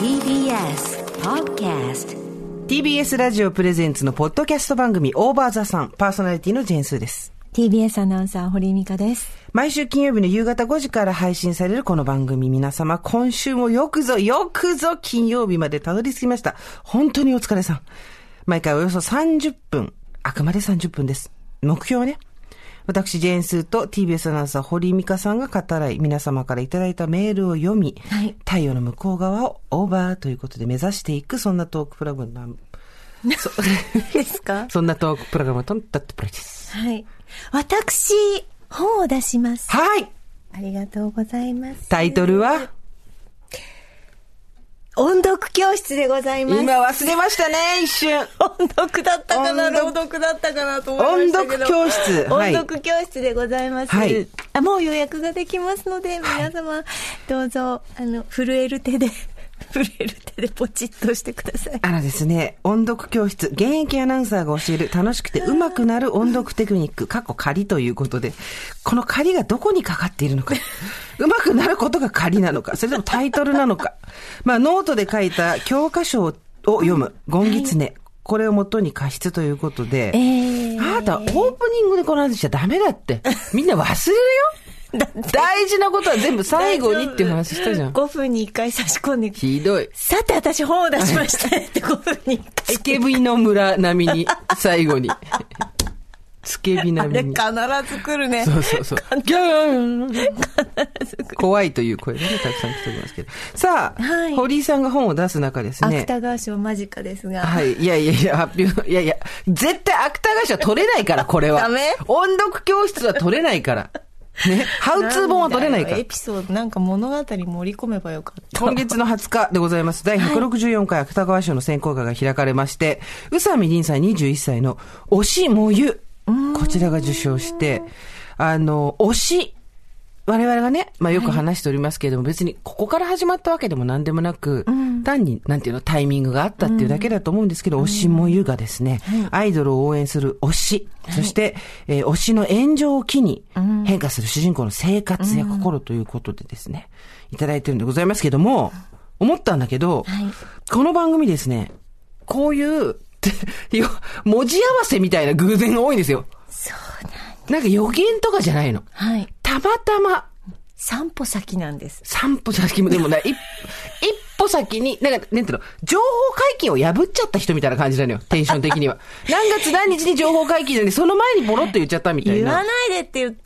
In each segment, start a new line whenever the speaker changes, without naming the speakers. TBS Podcast
TBS ラジオプレゼンツのポッドキャスト番組オーバーザさんパーソナリティのジェンスーです。
TBS アナウンサー堀井美香です。
毎週金曜日の夕方5時から配信されるこの番組皆様今週もよくぞよくぞ金曜日までたどり着きました。本当にお疲れさん。毎回およそ30分。あくまで30分です。目標はね。私、ジェーンスーと TBS アナウンサー、堀井美香さんが語らい、皆様からいただいたメールを読み、
はい
太陽の向こう側をオーバーということで目指していく、そんなトークプログラム、そ
ですか
そんなトークプログラムとなってプレです。
はい。私、本を出します。
はい
ありがとうございます。
タイトルは
音読教室でございます。
今忘れましたね、一瞬。
音読だったかな
音
朗
読
読だったかなと思いましたけど
音読教室はい
音読教室でございます、
はい
あもう予約ができますので皆様、どうぞあの震える手で 震える手でポチッとしてください
あのですね、音読教室、現役アナウンサーが教える楽しくて上手くなる音読テクニック、過去仮ということで、この仮がどこにかかっているのか、上手くなることが仮なのか、それともタイトルなのか、まあノートで書いた教科書を読む、ゴンギツネ、これをもとに過失ということで、
え
あなたオープニングでこの話しちゃダメだって、みんな忘れ るよ大事なことは全部最後にっていう話したじゃん。
5分に1回差し込んで
ひどい。
さて私本を出しましたねって5分 に1回
つけびの村 並みに、最後に。つけび
あれ
並みに。
必ず来るね。
そう そうそう。ギャー怖いという声がね、たくさん来ておりますけど。さあ、
はい
堀井さんが本を出す中ですね。
芥川賞間近ですが。
はい。いやいやいや、発表、いやいや、絶対芥川賞取れないから、これは。
ダメ
音読教室は取れないから。ね。ハウツー本は取れないか
んだ
ら
よエ。ピソード、なんか物語盛り込めばよかった。
今月の20日でございます。第164回芥川賞の選考会が開かれまして、宇佐美凛さん21歳の推しもゆ。こちらが受賞して、あの、推し。我々がね、まあよく話しておりますけれども、別にここから始まったわけでも何でもなく、単に、なんていうの、タイミングがあったっていうだけだと思うんですけど、推しもゆがですね、アイドルを応援する推し、そして、えー推しの炎上を機に変化する主人公の生活や心ということでですね、いただいてるんでございますけども、思ったんだけど、この番組ですね、こういう、 てよ文字合わせみたいな偶然が多いんですよ。そうなんなんか予言とかじゃないの。
はい。
たまたま、
三歩先なんです。
三歩先もでもない、一 一歩先に、なんか、なんていうの、情報解禁を破っちゃった人みたいな感じなのよ、テンション的には。何月何日に情報解禁なんで、その前にボロッと言っちゃったみたい
言
な。
わないでって言った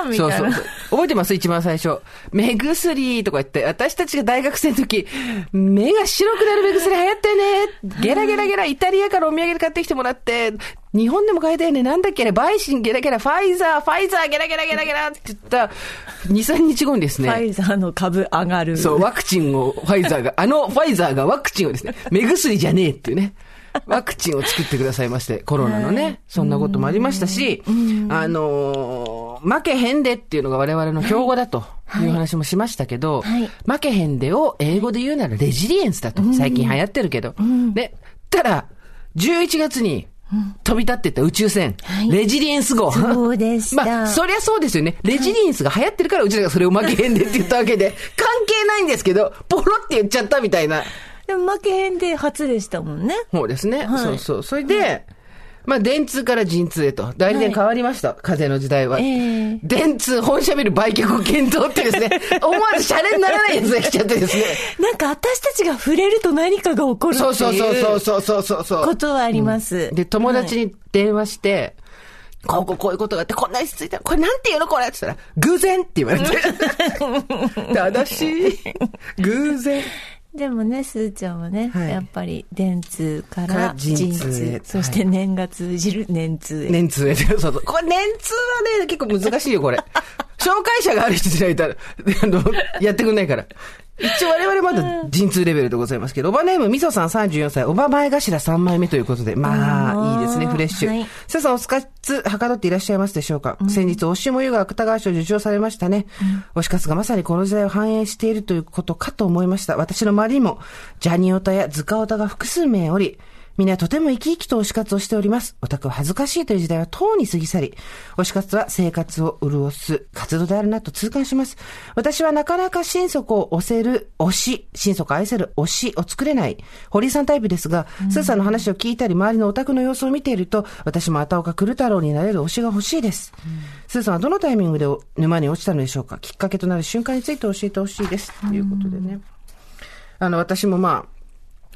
じゃんみた
そ
いうな。
そうそう。覚えてます一番最初。目薬とか言って、私たちが大学生の時、目が白くなる目薬流行ったよね。ゲラゲラゲラ、イタリアからお土産で買ってきてもらって、日本でも買えたよね。なんだっけね、バイシンゲラゲラ、ファイザー、ファイザー、ゲラゲラゲラゲラって言った、2、3日後にですね。
ファイザーの株上がる。
そう、ワクチンを、ファイザー が、あのファイザーがワクチンをですね、目薬じゃねえっていうね。ワクチンを作ってくださいまして、コロナのね、そんなこともありましたし、あのー負けへんでっていうのが我々の標語だという話もしましたけど、
はい
負けへんでを英語で言うならレジリエンスだと、最近流行ってるけど。ね、ただ、11月に飛び立ってった宇宙船、
はい
レジリエンス号。
そうでした
まあ、そりゃそうですよね。レジリエンスが流行ってるから、うちらがそれを負けへんでって言ったわけで、関係ないんですけど、ポロって言っちゃったみたいな
でも負けへんで初でしたもんね。
方ですね。
はい
そうそう。それで、まあ、電通から陣通へと。代理店変わりました。風の時代は。
ええ
電通本社ビル売却を検討ってですね、 思わずシャレにならないやつが来ちゃってですね。
なんか私たちが触れると何かが起こるってい
そう
う
そうそうそうそうそうそう。
ことはあります。
で、友達
はい
に電話して、こうこうこういうことがあって、こんなについたこれなんて言うのこれって言ったら、偶然って言われて。 正しい。偶然。
でもね、すーちゃんはね、
はい
やっぱり電通か
から
ら
陣
陣
通へ
通
はい
そして年が通じる年通へ。
年通へ。そうそう。これ年通はね、結構難しい よ、これ。紹介者がある人じゃないと、あの、やってくんないから。一応我々まだ陣通レベルでございますけど、おばネームみそさん34歳、おば前頭3枚目ということで、
あ
まあ、
ー
いいですね、フレッシュ。
はい
さあさん、おつかつ、はかどっていらっしゃいますでしょうか、先日、押しもゆが芥川賞を受賞されましたね。推し活がまさにこの時代を反映しているということかと思いました。私の周りにも、ジャニオタやズカオタが複数名おり、みんなとても生き生きと推し活をしております。オタクは恥ずかしいという時代はとうに過ぎ去り、推し活は生活を潤す活動であるなと痛感します。私はなかなか心底を押せる推し、心底愛せる推しを作れない、堀井さんタイプですが、スーさんの話を聞いたり、周りのオタクの様子を見ていると、私もあたおかくる太郎になれる推しが欲しいです。スーさんはどのタイミングでお沼に落ちたのでしょうかきっかけとなる瞬間について教えてほしいです。ということでね。あの、私もまあ、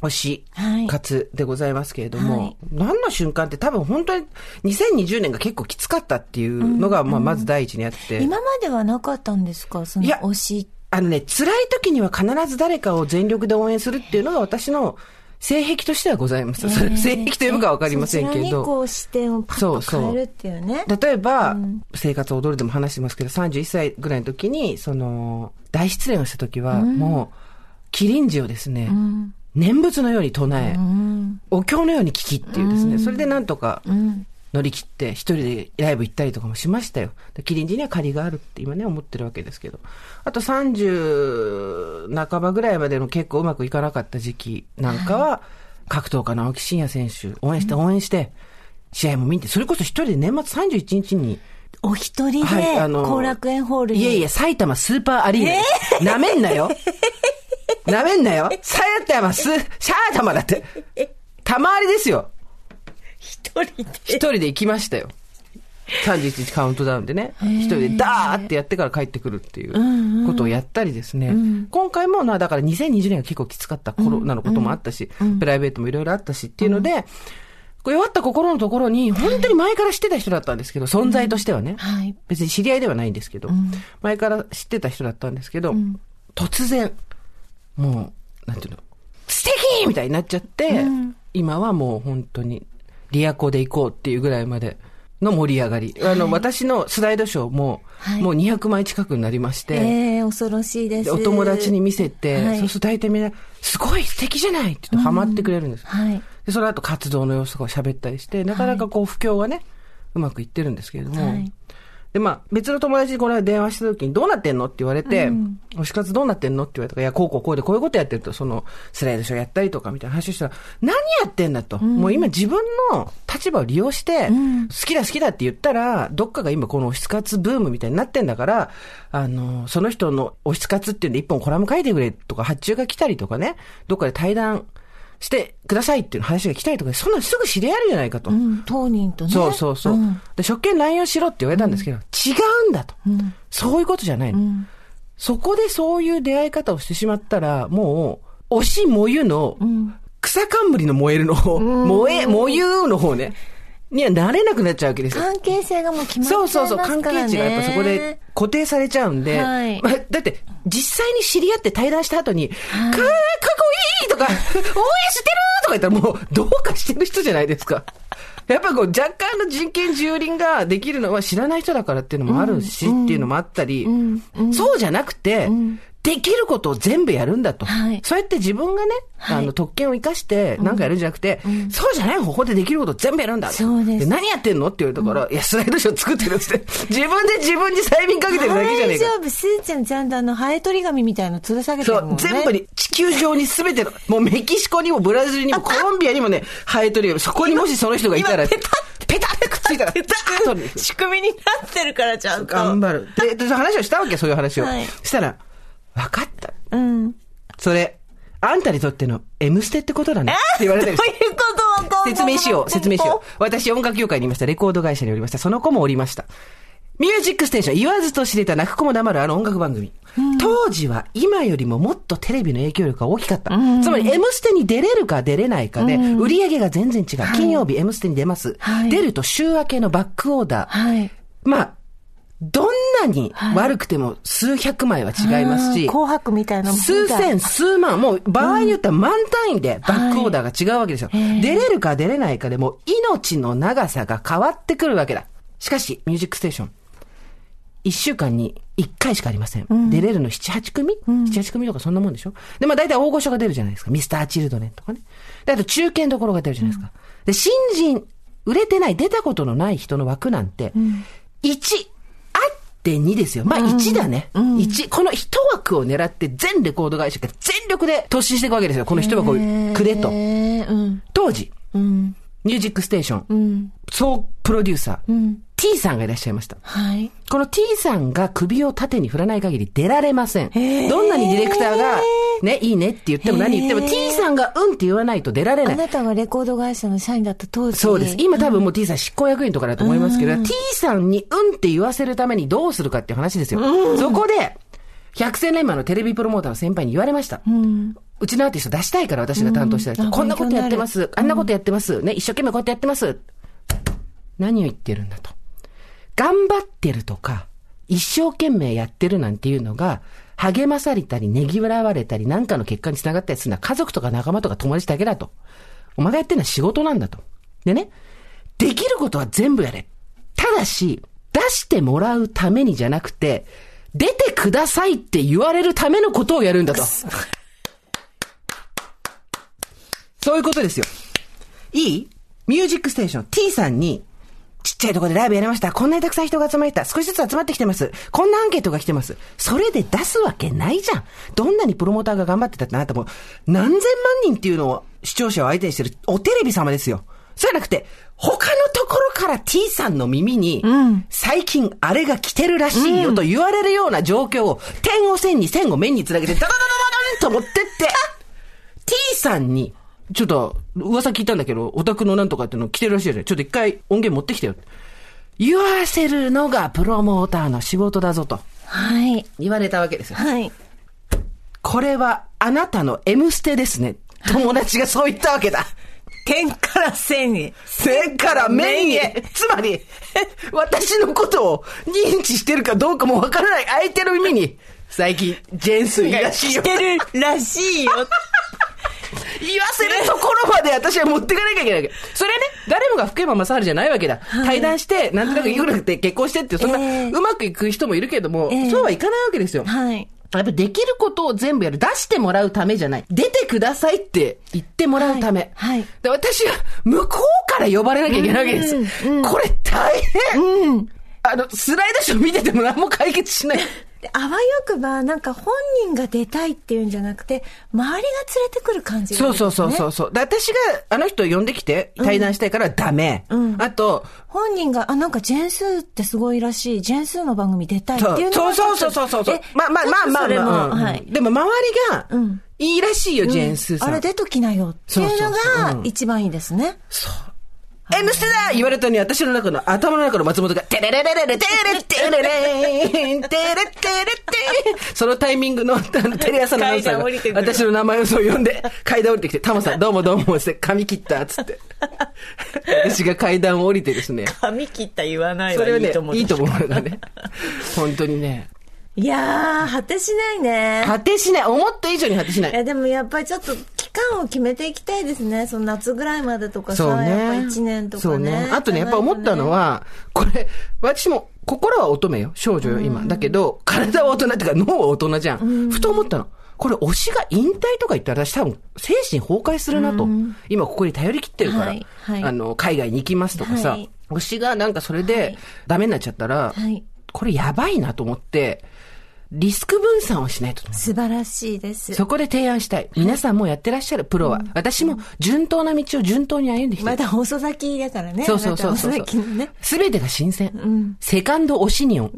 推し
はい
活でございますけれども、
はい
何の瞬間って多分本当に2020年が結構きつかったっていうのが、まあ、まず第一にあって。
今まではなかったんですかその
いや
推し。
あのね、辛い時には必ず誰かを全力で応援するっていうのが私の性癖としてはございます。それ性癖と呼ぶかわかりませんけ
そちらに
ど。
こう視点をパッ
そ
と
うそう
変えるっていうね。
例えば、生活を踊るでも話してますけど、31歳ぐらいの時に、その、大失恋をした時は、もう、キリンジをですね、
うん。
念仏のように唱え、
うん。
お経のように聞きっていうですね、それでなんとか
うん。
乗り切って、一人でライブ行ったりとかもしましたよ。でキリンジには借りがあるって今ね、思ってるわけですけど。あと30半ばぐらいまでの結構うまくいかなかった時期なんかは、格闘家の青木真也選手、応援して応援して、試合も見て、それこそ一人で年末31日に、
お一人で、
はいあの
後楽園ホールに。
いえいえ、埼玉スーパーアリーナ。な、めんなよ。なめんな よ。埼玉ス、シャータマだって。たまわりですよ。
一人で。
一人で行きましたよ。31日カウントダウンでね、一人でダーってやってから帰ってくるっていうことをやったりですね。今回もな、だから2020年が結構きつかったコロナのこともあったし、プライベートもいろいろあったしっていうので、こう弱った心のところに、本当に前から知ってた人だったんですけど、存在としてはね。
はい。
別に知り合いではないんですけど、前から知ってた人だったんですけど、突然、もう、なんていうの、素敵みたいになっちゃって、今はもう本当に、リアコで行こうっていうぐらいまでの盛り上がり。あの、私のスライドショーも、
はい
もう200枚近くになりまして、
ええ恐ろしいで。
ですお友達に見せて、
はい
そうすると大体みんな、すごい素敵じゃないって言ってハマってくれるんです。
はい。
で、その後活動の様子とかを喋ったりして、なかなかこう、不況がね、うまくいってるんですけれども、
はい
で、まあ、別の友達にこの間電話した時に、どうなってんのって言われて、推し活どうなってんのって言われたから、いや、こうこうこうでこういうことやってると、その、スライドショーやったりとかみたいな話をしたら、何やってんだと。もう今自分の立場を利用して、好きだ好きだって言ったら、どっかが今この推し活ブームみたいになってんだから、あの、その人の推し活っていうんで一本コラム書いてくれとか、発注が来たりとかね、どっかで対談、してくださいっていう話が来たりとか、そんなのすぐ知り合えるじゃないかと。
うん。当人とね。
そうそうそう。
ん
で、職権乱用しろって言われたんですけど、違うんだと、そういうことじゃないの、そこでそういう出会い方をしてしまったら、もう、推し燃ゆの、草冠の燃えるの方、燃え、燃ゆの方ね、にはなれなくなっちゃうわけですよ。
関係性がもう決まっちゃい
そう
ますか
そ
ら、
う
ね。
そう、関係値がやっぱそこで。固定されちゃうんで、
はい
まあだって、実際に知り合って対談した後に、かかっこいいとか、応援してるとか言ったらもう、どうかしてる人じゃないです か。やっぱこう、若干の人権蹂躙ができるのは知らない人だからっていうのもあるし、っていうのもあったり、そうじゃなくて、できることを全部やるんだと。
はい
そうやって自分がね、あの、特権を生かしてなんかやるんじゃなくて、そうじゃない方法でできることを全部やるんだと。
そうです
何やってんのって言われたから、いや、スライドショー作ってるっつって、 自分で自分に催眠かけてるだけじゃね
大
えか
丈。夫、スーちゃんちゃんとあの、ハエ取り紙みたいなの吊る下げて
そ
るもん
う
ね。、
全部に、地球上に 全ての、もうメキシコにもブラジルにもコロンビアにもね、生えとるよ。そこにもしその人がいたら、ペタッペタッてくっついたら、ダーッとね
仕組みになってるから、ちゃんと。
頑張る。で、で話をしたわけ、そういう話を。
はい
したら、分かった。
うん。
それ、あんたにとっての M ステってことだね。って言われたりして
どういうことわかんない
説明しよう、説明しよう。私、音楽業界にいました。レコード会社におりました。その子もおりました。ミュージックステーション、言わずと知れた泣く子も黙るあの音楽番組。当時は今よりももっとテレビの影響力が大きかった。つまり、M ステに出れるか出れないかで、売り上げが全然違う。金曜日、M ステに出ます。
はい
出ると週明けのバックオーダー。
はい。
まあ、どんなに悪くても数百枚は違いますし、
紅白みたいなもんだ
数千、数万、もう場合によっては万単位でバックオーダーが違うわけですよ。
はい
出れるか出れないかでも命の長さが変わってくるわけだ。しかし、ミュージックステーション、1週間に1回しかありません。出れるの7、8組、?7、8組とかそんなもんでしょで、まあ大体大御所が出るじゃないですか。ミスターチルドレンとかね。で、あと中堅どころが出るじゃないですか。で、新人、売れてない、出たことのない人の枠なんて、1、あって2ですよ。まあ1だね。1。この1枠を狙って全レコード会社が全力で突進していくわけですよ。この1枠をくれと。
へーうん。
当時、
うん。
ミュージックステーション、
うん。
総プロデューサー、
うん。
T さんがいらっしゃいました。
はい。
この T さんが首を縦に振らない限り出られません。
へー
どんなにディレクターが、ね、いいねって言っても何言っても
へー
T さんがうんって言わないと出られ
あ
ない。
なたがレコード会社の社員だった当時。
そうです。今多分もう T さん執行役員とかだと思いますけど、T さんにうんって言わせるためにどうするかっていう話ですよ。そこで、百戦錬磨のテレビプロモーターの先輩に言われました。
うん。
うちのアーティスト出したいから私が担当したやつ
うんあ
こんなことやってます。あんなことやってます。ね、一生懸命こうやってやってます。何を言ってるんだと。頑張ってるとか、一生懸命やってるなんていうのが、励まされたり、ねぎらわれたり、なんかの結果につながったりするのは家族とか仲間とか友達だけだと。お前がやってるのは仕事なんだと。でね、できることは全部やれ。ただし、出してもらうためにじゃなくて、出てくださいって言われるためのことをやるんだと。そういうことですよ。いいミュージックステーション T さんに、ちっちゃいところでライブやりました。こんなにたくさん人が集まった。少しずつ集まってきてます。こんなアンケートが来てます。それで出すわけないじゃん。どんなにプロモーターが頑張ってたってあなたも、何千万人っていうのを視聴者を相手にしてるおテレビ様ですよ。そうじゃなくて、他のところから T さんの耳に、最近あれが来てるらしいよと言われるような状況を、点を線に線を面につなげて、ダダダダダダンと持ってって、T さんに、ちょっと、噂聞いたんだけど、オタクのなんとかっての来てるらしいよね。ちょっと一回音源持ってきてよ。言わせるのがプロモーターの仕事だぞと
はい。
言われたわけですよ。
はい。
これはあなたの M ステですね。友達がそう言ったわけ だ。
天から千へ。
線から面へ。つまり、 私のことを認知してるかどうかもわからない相手の耳に、最近、ジェンスいいらしいよ。
てるらし いよ。
言わせるところまで私は持っていかなきゃいけないわけ。それね、誰もが福山雅治じゃないわけだ。対談して、なんとなく言わなくて結婚してって、そんな、
ええ
うまくいく人もいるけれども、
ええ
そうはいかないわけですよ。
はい。
やっぱできることを全部やる。出してもらうためじゃない。出てくださいって言ってもらうため。
はいはい
で私は向こうから呼ばれなきゃいけないわけです。これ大変、あの、スライドショー見てても何も解決しない。
であわよくば、なんか本人が出たいっていうんじゃなくて、周りが連れてくる感じ、。
そうそうそうそううそう。で私があの人呼んできて対談したいからダメ。
うん
あと、
本人が、あ、なんかジェンスーってすごいらしい、ジェンスーの番組出たいって
そう
いうの
そう
が
そうそうそうそうそう
え。
まあまあまあま
ちょっ
あ
と
まあ
それも、
うん
はい。
でも周
う
りが
ん、
いいらしいよ、ジェーンスーさん。
あれ出ときなよっていうの
そうそうそうう
が
ん
一番いいですね。
M ステだ言われたのに、私の中の、頭の中の松本が、テレレレレレ、テレテレレーン、テレテレテレそのタイミングの、あのテレ朝のアナウンサー
階段降りて
が、
くる
私の名前をそう呼んで、階段降りてきて、タモさん、どうもどうも、って、髪切った、つって。私が階段を降りてですね。
髪切った言わな
それはね、いいと思うのがね。本当にね。
いやー、果てしないね。
果てしない。思った以上に果てしない
い。や、でもやっぱりちょっと期間を決めていきたいですね。その夏ぐらいまでとかさ、やっぱ1年と
そ
か
う
ね。
ね。あとね、やっぱ思ったのは、これ、私も、心は乙女よ。少女よ、今。だけど、体は大人っていうか、脳は大人じゃん。ふと思ったの。これ、推しが引退とか言ったら、私多分、精神崩壊するなと。今、ここに頼り切ってるか
は
ら
いは、い
あの、海外に行きますとか
は
さ
い、
推しがなんかそれ
は
で
い、
ダメになっちゃったら
はい、
これやばいなと思って、リスク分散をしないとと思って。
素晴らしいです。
そこで提案したい。皆さんもやってらっしゃる、プロは。私も、順当な道を順当に歩んできて
まだ遅咲きだからね。
そうそうそうそ
あな
う
た遅咲きのね。。
すべてが新鮮。セカンドオシニオン。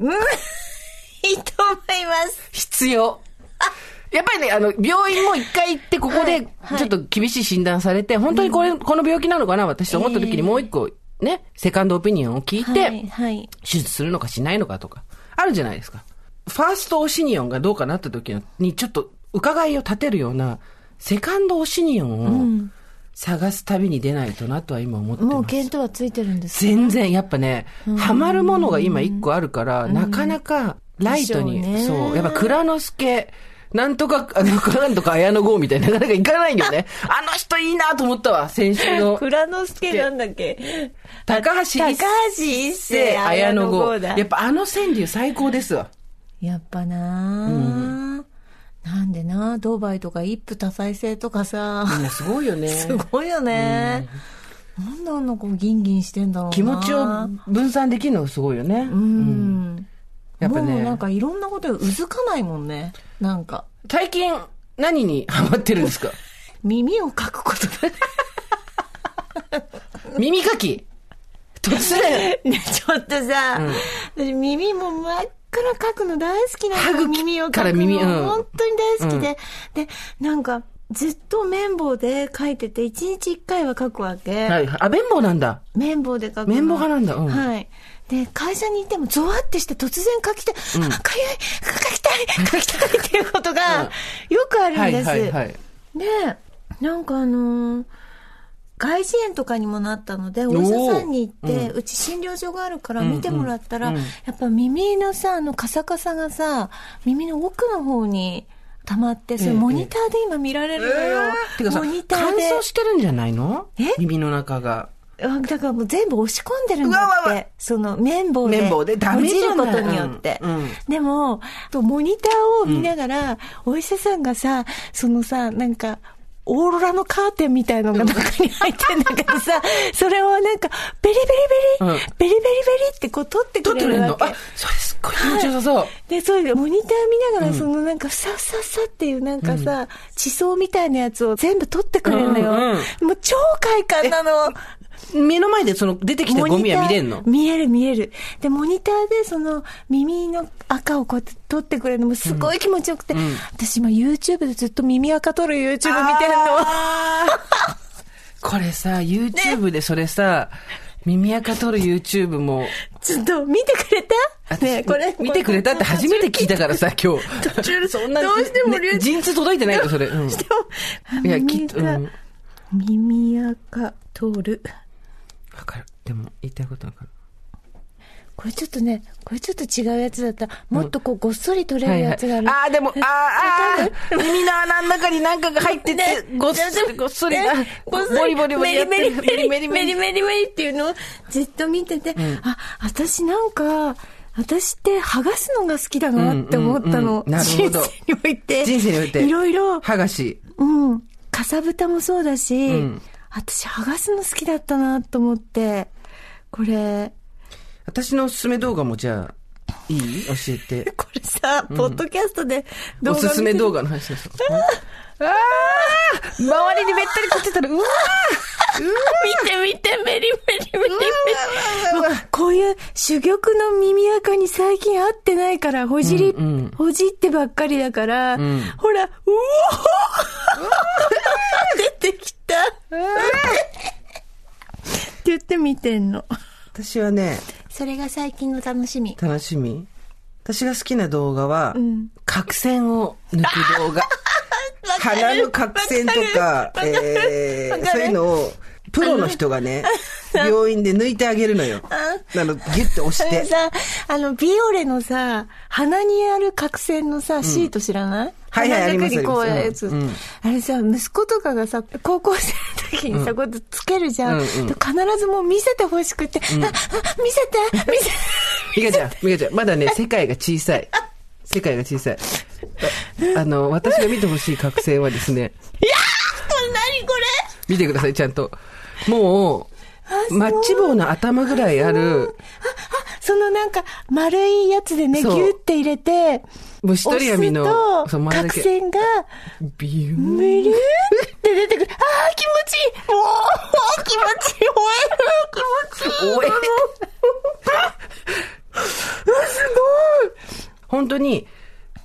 いいと思います。
必要。やっぱりね、あの、病院も一回行って、ここで、ちょっと厳しい診断されて、本当にこれ、この病気なのかな、私と思った時にもう一個、ね、セカンドオピニオンを聞いて、
はい、はい。
手術するのかしないのかとか、あるじゃないですか。ファーストオシニオンがどうかなった時に、ちょっと伺いを立てるような、セカンドオシニオンを探す旅に出ないとなとは今思ってます。
もう見当はついてるんです。
全然、やっぱね、ハマるものが今一個あるから、なかなかライトに、
でしょうね
そう、やっぱ蔵之介、なんとか、あの、なんとか綾野剛みたいになかなかいかない よね。あの人いいなと思ったわ、先週の。
蔵之介なんだっけ
高橋一生
高橋一生
で、綾
綾
野
野
剛。
剛だ
やっ。ぱあの川柳最高ですわ。
やっぱなぁなんでなぁドバイとか一夫多妻制とかさ、
いやすごいよね。
すごいよね。なんであんなこうギンギンしてんだろうな
気持ちを分散できるのがすごいよね。
うん。
やっぱね
もうなんかいろんなことうずかないもんね。なんか。
最近、何にハマってるんですか
耳をかくこと
耳か き突然
ねちょっとさ、私耳も真っ黒描くの大好きな
歯
の
茎
耳を描くの
から耳うん
本当に大好きで、でなんかずっと綿棒で描いてて一日一回は描くわけ、
はいはい。あ、綿棒なんだ。
綿棒で描くの
綿棒派なんだ。うん。
はいで会社にいてもゾワってして突然描きたい、あかゆい描きたい描きたいっていうことがよくあるん
は
で
い
す、
はいはい。
で、なんかあのー外耳炎とかにもなったので、お医者さんに行って、うち診療所があるから見てもらったら、やっぱ耳のさ、あのカサカサがさ、耳の奥の方に溜まって、それ
ええ
モニターで今見られるのよ。
てかさ、
モニタ
乾
ーで。
燥してるんじゃないの
え
耳の中が。
あだからもう全部押し込んでるんだって。
うわうわうわ
その綿棒で。
綿棒でダメじゃない
閉じることによって。
うんうん
でも、とモニターを見ながら、お医者さんがさ、そのさ、なんか、オーロラのカーテンみたいのが中に入ってんだけど さ、それをなんか、ベリベリベリ、
うん
ベリベリベリってこう取ってく
取っ
れ
てくれ
る
る
わ
の
け。
あ、それすっごい気持ちよさそう。
で、それでモニター見ながら、そのなんか、ふさふさふさっていうなんかさ、地層みたいなやつを全部取ってくれるのよ。
うん
もう超快感なの。
目の前でその出てきたゴミは見れん
モ
の
ニター見える見える。で、モニターでその耳の赤をこうやって取ってくれるのもすごい気持ちよくて、私今 YouTube でずっと耳赤取る YouTube 見てるの。
あー これさ、YouTube でそれさ、耳垢取る YouTube も、
ちょっと見てくれた
私
ねえこれ。
見てくれたって初めて聞いたからさ、今日。
途中で
そんな、
どうしても流
ね陣痛届いてないよ、それ。うん。い
い
や、
や、
き
き
っ
っ
と、
と。
うん。
耳
わ
赤取る。
かる。でも、言いたいことわかる。
これちょっとね、これちょっと違うやつだった。もっとこう、ごっそり取れるやつがある。
ああ、でも、あーあー、耳の穴の中に何かが入ってて
ね、
ごっそり、ごっそり、あ
ねごっそり
ボリボリボリやって
メリ
る。
メリメリメリメリ
メ
メリメリっていうのをじっと見てて、あ、私なんか、私って剥がすのが好きだなって思ったの。
うんうんうんなるほ
人
ど
生において。
人生において
いろいろ、
剥がし。
うん。かさぶたもそうだし、
うん
私剥がすの好きだったなと思って、これ、
私のおすすめ動画もじゃあ、いい教えて。
これさ、ポッドキャストで動
お
画見て
すすめ動画の話です。 ああ周りにべったり食ってたら、うわ
見て見て、メリメリメリメリ。もうこういう珠玉の耳垢に最近合ってないから、ほじり、
うんうん
ほじってばっかりだから、
ん
ほら、うおー出てきた。って言って見てんの。
私はね、
それが最近の楽しみ。
楽しみ。私が好きな動画は、
ん
角線を抜く 動画。鼻の角線とか、えー、
わか
そ
る
ういうのを、プロの人がね、病院で抜いてあげるのよ。あの、ギュッて押し
あの
て。
さ、あの、ビオレのさ、鼻にある角栓のさ、シート知らない、
はいはい
鼻の中にこう
あります
やつ、
うんうん
あれさ、息子とかがさ、高校生の時にさ、こうやってつけるじゃん。
うんうん
で必ずもう見せてほしくて、あ、あ、見せ て、見せて。
ミカちゃん、ミカちゃん、まだね、世界が小さい。世界が小さい。ああの、私が見てほしい覚醒はですね、
何こ
見てください、ちゃんと。もう、マッチ棒の頭ぐらいある、
れそのなんか、丸いやつでね、ぎ
そう
ゅって入れて、
虫取り網の、
押す
そ
と、
う、前だ
角
け、
栓が、
ビューン。
ブリューって出てくる。ああ、気持ちいいもう、気持ちいい吠える気持ちいい
おえ 本当に、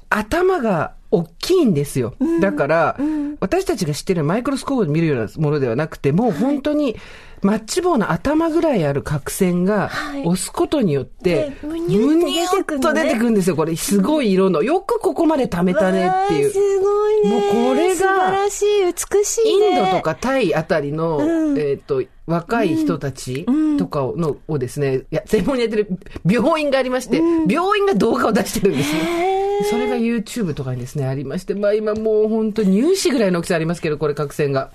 頭が大きいんですよ。だから、私たちが知ってるマイクロスコープで見るようなものではなくて、もう本当に、マッチ棒の頭ぐらいある角栓が
はい、
押すことによって
ね、むにゅって出てく
むにゅ
るのね
っと出てくるんですよ。これ、すごい色の。よくここまで貯めたねってい
わー。
う
すごいね。
もうこれが
素晴らしい、美しい、
イ
ね。
ンドと。かタイあたりの、
うん
えっ、と、若い人たちとかを,、のをですね、いや、専門にやってる病院がありまして、病院が動画を出してるんですね。それが YouTube とかにですね、ありまして、まあ今もう本当乳歯ぐらいの大きさありますけど、これ、角栓が。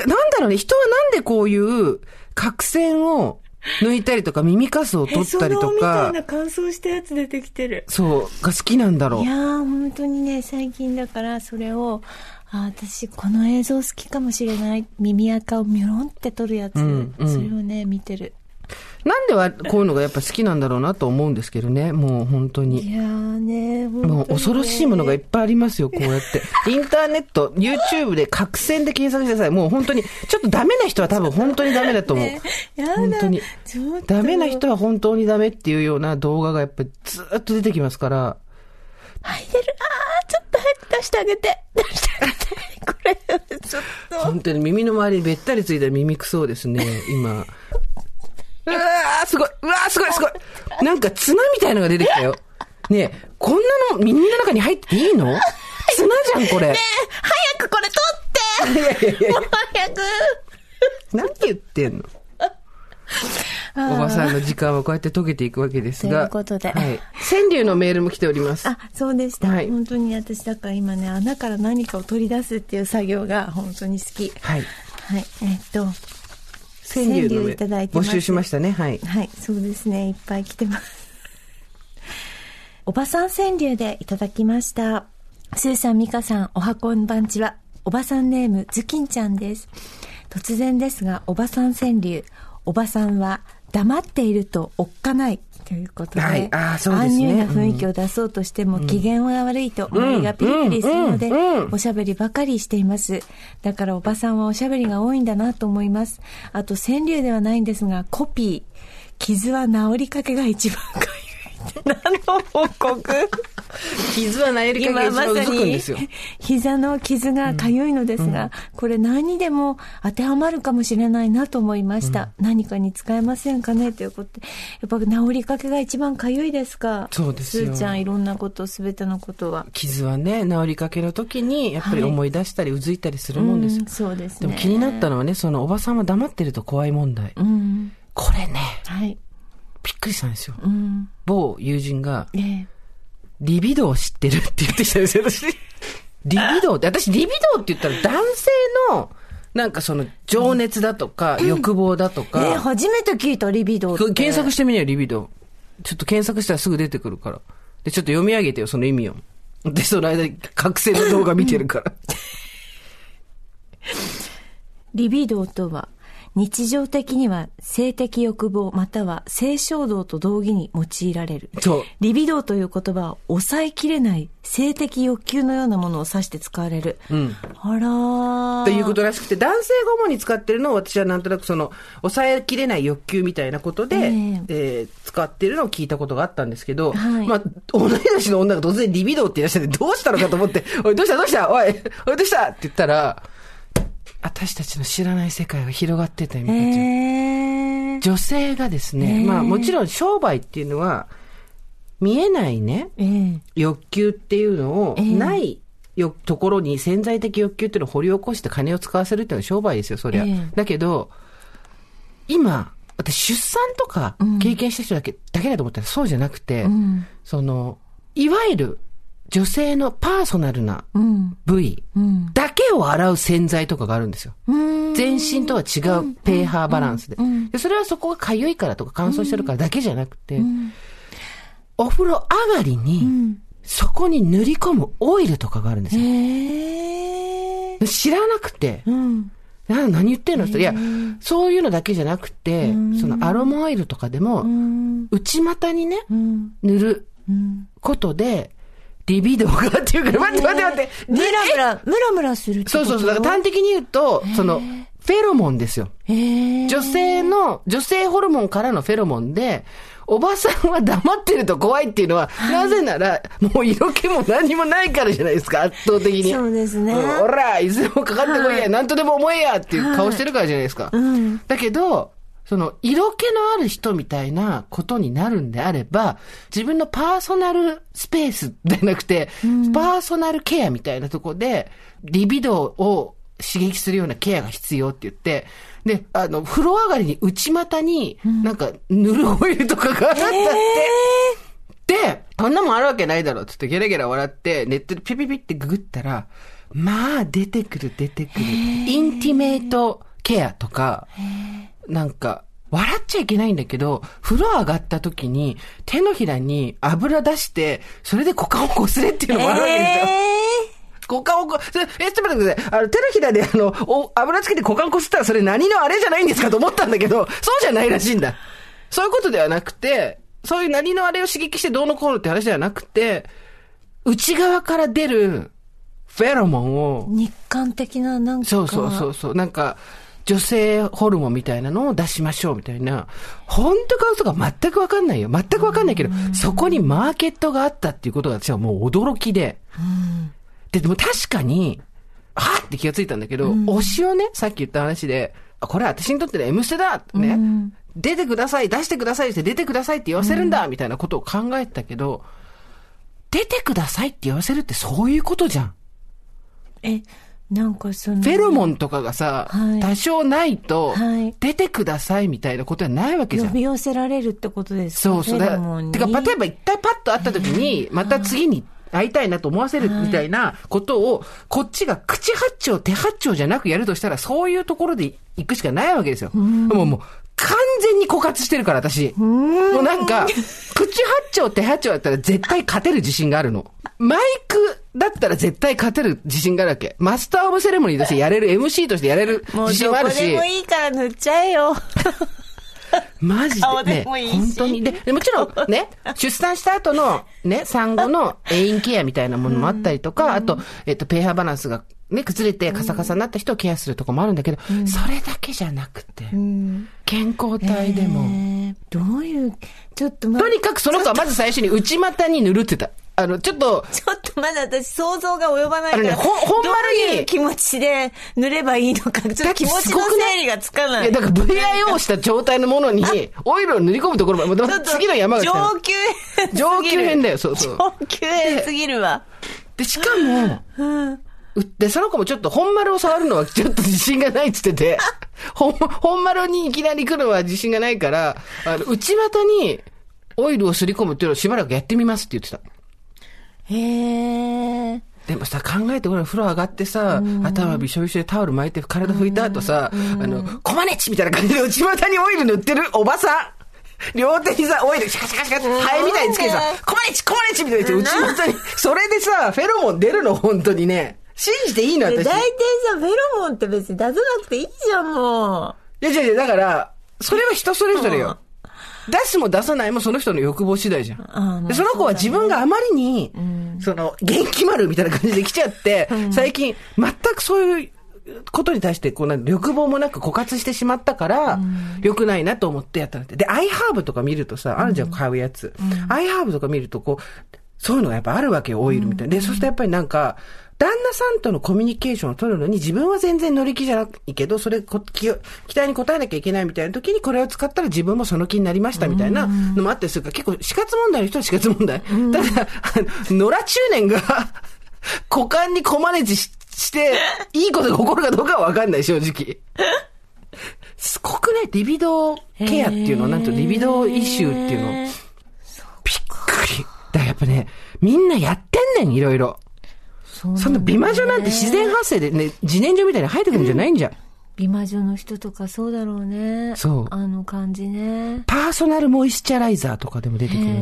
なんだろうね、人はなんでこういう角栓を抜いたりとか、耳かすを取ったりと
みた
か
い、な乾燥したやつ出てきてる。
そう、が好きなんだろ
いうや。ー、本当にね、最近だから、それを、あー私、この映像好きかもしれない。耳垢をミョロンって撮るやつ。
んうん
それをね、見てる。
なんではこういうのがやっぱ好きなんだろうなと思うんですけどね、もう本当に。
いやーね、本当にね
もう恐ろしいものがいっぱいありますよ、こうやって。インターネット、YouTube で拡散で検索してください。もう本当に、ちょっとダメな人は多分本当にダメだと思う。
やだ
本当に
ちょっと
ダメな人は本当にダメっていうような動画がやっぱりずーっと出てきますから。
入ってる。あー、ちょっと早く出してあげて。出してあげて。これ、ちょっと。
本当に耳の周りにべったりついた耳くそうですね、今。うわー、すごい。うわー、すごい、すごい。なんか綱みたいのが出てきたよ。ねえ、こんなの耳の中に入っていいの綱じゃん、これ。
早くこれ取ってもう早く
何言ってんのおばさんの時間はこうやって溶けていくわけですが。
ということで
はい。川柳のメールも来ております。
あ、そうでした。
はい
本当に私、だから今ね、穴から何かを取り出すっていう作業が本当に好き。
はい。
はい。えっと、
川柳
川
の
柳
メ
いただいて
募
ます
集しましたね。はい。
はい、そうですね。いっぱい来てます。おばさん川柳でいただきました。スーさん、ミカさん、おはこんばんちは。おばさんネーム、ズキンちゃんです。突然ですが、おばさん川柳。おばさんは、黙っているとおっかない。ということで、
はいあーそうですね
安ュイな雰囲気を出そうとしても、機嫌は悪いと周りがピリピリするので、おしゃべりばかりしています。だからおばさんはおしゃべりが多いんだなと思います。あと、川柳ではないんですが、コピー。傷は治りかけが一番かゆい。何の報告
傷は 悩りかけが
今
一
ま
番う
さ
ずくん
に
ですよ。
膝の傷がかゆいのですが、これ何にでも当てはまるかもしれないなと思いました、何かに使えませんかねということでやっぱ治りかけが一番かゆいですか
そうですよ
すーちゃんいろんなこと全てのことは
傷はね、治りかけの時に、やっぱり思い出したり、うずいたりするもんですよ
うん。そうです
で
ね
も気になったのはね、そのおばさんは黙ってると怖い問題。
うん
これね、
はい
びっくりしたんですよ。
うん
某友人が、
ええ
リビドーを知ってるって言ってきたんですよ、私。リビドーって、私、リビドーって言ったら男性の、なんかその、情熱だとか、欲望だと
ええ
か、
初めて聞いたリビドーって
検索してみなよ、リビドー。ちょっと検索したらすぐ出てくるから。で、ちょっと読み上げてよ、その意味を。で、その間に、覚醒の動画見てるから。
リビドーとは、日常的には性的欲望または性衝動と同義に用いられる。
そう
リビドーという言葉は抑えきれない性的欲求のようなものを指して使われる。あらー。
ということらしくて、男性が主に使ってるのを私はなんとなくその、抑えきれない欲求みたいなことで、え
ええ
ー使ってるのを聞いたことがあったんですけど、
はい
まあ、同い年の女が突然リビドーって言いらっしゃって、どうしたのかと思って、 おい、どうしたどうしたおい、おい、どうしたって言ったら、私たちの知らない世界が広がってたよ、み
え
たいな。
ー。
女性がですね、まあもちろん商売っていうのは、見えないね、
えー
欲求っていうのを、
ええ
ないよところに潜在的欲求っていうのを掘り起こして金を使わせるっていうのは商売ですよ、そりゃ。
ええ
だけど、今、私出産とか経験した人だけ、だけだと思ったらそうじゃなくて、
ん
その、いわゆる女性のパーソナルな
うん。
部位
うん。
だけを洗う洗剤とかがあるんですよ。
うん。
全身とは違うペーハーバランスで。でそれはそこが痒いからとか乾燥してるからだけじゃなくて、お風呂上がりに、そこに塗り込むオイルとかがあるんですよ。
えー。
知らなくて、
うん。
な何言ってんのって言ったらいや、そういうのだけじゃなくて、そのアロマオイルとかで
う
も、
ん。
内股にね、
うん。
塗ることで、リビドーがっていうから、待って待って待って、
ムラムラ、ムラムラするってこ
そう
と
そうそう。だから端的に言うと、その、フェロモンですよ。
えー。
女性の、女性ホルモンからのフェロモンで、おばさんは黙ってると怖いっていうのは、なぜなら、もう色気も何もないからじゃないですか、圧倒的に。
そうですね
んおら、いずれもかかってこいや、なんとでも思えやっていう顔してるからじゃないですか。
ん
だけど、その、色気のある人みたいなことになるんであれば、自分のパーソナルスペースじゃなくて、パーソナルケアみたいなとこで、リビドーを刺激するようなケアが必要って言って、で、あの、風呂上がりに内股に、なんか、塗るオイルとかがあったって、で、こんなもんあるわけないだろうっつってゲラゲラ笑って、ネットでピピピってググったら、まあ、出てくる出てくる。インティメイトケアとか、なんか、笑っちゃいけないんだけど、風呂上がった時に、手のひらに油出して、それで股間をこすれっていうのもあるわけですよ。股間をこ、それえ、ちょっと待ってください。あの、手のひらで、あの、お油つけて股間こすったら、それ何のあれじゃないんですかと思ったんだけど、そうじゃないらしいんだ。そういうことではなくて、そういう何のあれを刺激してどうのこうのって話ではなくて、内側から出るフェロモンを、
日韓的ななんか。
そうそうそうそう、なんか、女性ホルモンみたいなのを出しましょうみたいな、本当か嘘か全くわかんないよ。全くわかんないけど、そこにマーケットがあったっていうことが私はもう驚きで。で、でも確かに、はっって気がついたんだけど、推しをね、さっき言った話で、あこれ私にとっての M ステだね、出てください、出してくださいって出てくださいって言わせるんだ、みたいなことを考えてたけど、出てくださいって言わせるってそういうことじゃん。
え、なんかその。
フェロモンとかがさ、
はい
多少ないと
はい、
出てくださいみたいなことはないわけじゃ
呼
ん。
び寄せられるってことですか
そうそう。
フ
だ
ェ
か
ロモ
ら
ン
てか、
に
例えば一回パッと会った時に、また次に会いたいなと思わせるみたいなことを、こっちが口八丁、手八丁じゃなくやるとしたら、そういうところで行くしかないわけですよ。もうもう、完全に枯渇してるから、私。もうなんか、口八丁、手八丁だったら絶対勝てる自信があるの。マイクだったら絶対勝てる自信があるわけ。マスターオブセレモニーとしてやれる、MC としてやれる
も
自
う
信
ど
はあ
こ
るし。
でもいいから塗っちゃえよ。
マジ
顔
で、
で
ね、
もいいし
本当に。で、でもちろ んね、出産した後のね、産後の永遠ケアみたいなものもあったりとか、あと、えっと、ペーハーバランスがね、崩れてカサカサになった人をケアするとこもあるんだけど、それだけじゃなくて、健康体でも、
えーどういう、ちょっとま
とにかくその子はまず最初に内股に塗るって言ってた。あの、ちょっと、
ちょっとまだ私想像が及ばないか
あのね
ら、
ほんほんまに
どういう気持ちで塗ればいいのか、ちょっと気持ちの整理がつかないい。
や、だから VIO した状態のものに、オイルを塗り込むところまで、
ちょ
ま
ったと
次の山が来たの
上級編すぎる。
上級編だよそうそう
上級編すぎるわ。
で、しかも、うで、その子もちょっと本丸を触るのはちょっと自信がないって言ってて、本本丸にいきなり来るのは自信がないから、あの、内股にオイルをすり込むっていうのをしばらくやってみますって言ってた。
へえ。
でもさ、考えてほら、風呂上がってさ、頭びしょびしょでタオル巻いて体拭いた後さ、あの、コマネチみたいな感じで内股にオイル塗ってるおばさん。両手にさ、オイルシャカシャカシャカってハエみたいにつけてさ
うん、
コマネチコマネチみたいな内股に。それでさ、フェロモン出るの、本当にね。信じていいの、
大体
私。
さ、フェロモンって別に出さなくていいじゃん、も
いやいやいや、だから、それは人それぞれよ。出すも出さないもその人の欲望次第じゃ
ああ
ん。
まあ
でその子は自分があまりに、その、元気丸みたいな感じで来ちゃって、最近、全くそういうことに対して、こうなん欲望もなく枯渇してしまったから、良くないなと思ってやったんだって。で、アイハーブとか見るとさ、あるじゃん、買うやつ。アイハーブとか見ると、こう、そういうのがやっぱあるわけよ、オイルみたいな。で、そしてやっぱりなんか、旦那さんとのコミュニケーションを取るのに自分は全然乗り気じゃないけど、それこ気を、期待に応えなきゃいけないみたいな時にこれを使ったら自分もその気になりましたみたいなのもあったりするから、結構死活問題の人は死活問題。ただ、あの野良中年が股間にコマネチしして、いいことが起こるかどうかはわかんない、正直。すごくないリビドーケアっていうのなんとリビドーイシューっていうの。びっくり。だからやっぱね、みんなやってんねん、いろいろ。
う。
そんな美魔女なんて自然発生でね、自然薯みたいに生えてくるんじゃないんじゃん。
美魔女の人とかそうだろうね。
そう
あの感じね。
パーソナルモイスチャライザーとかでも出てくるね。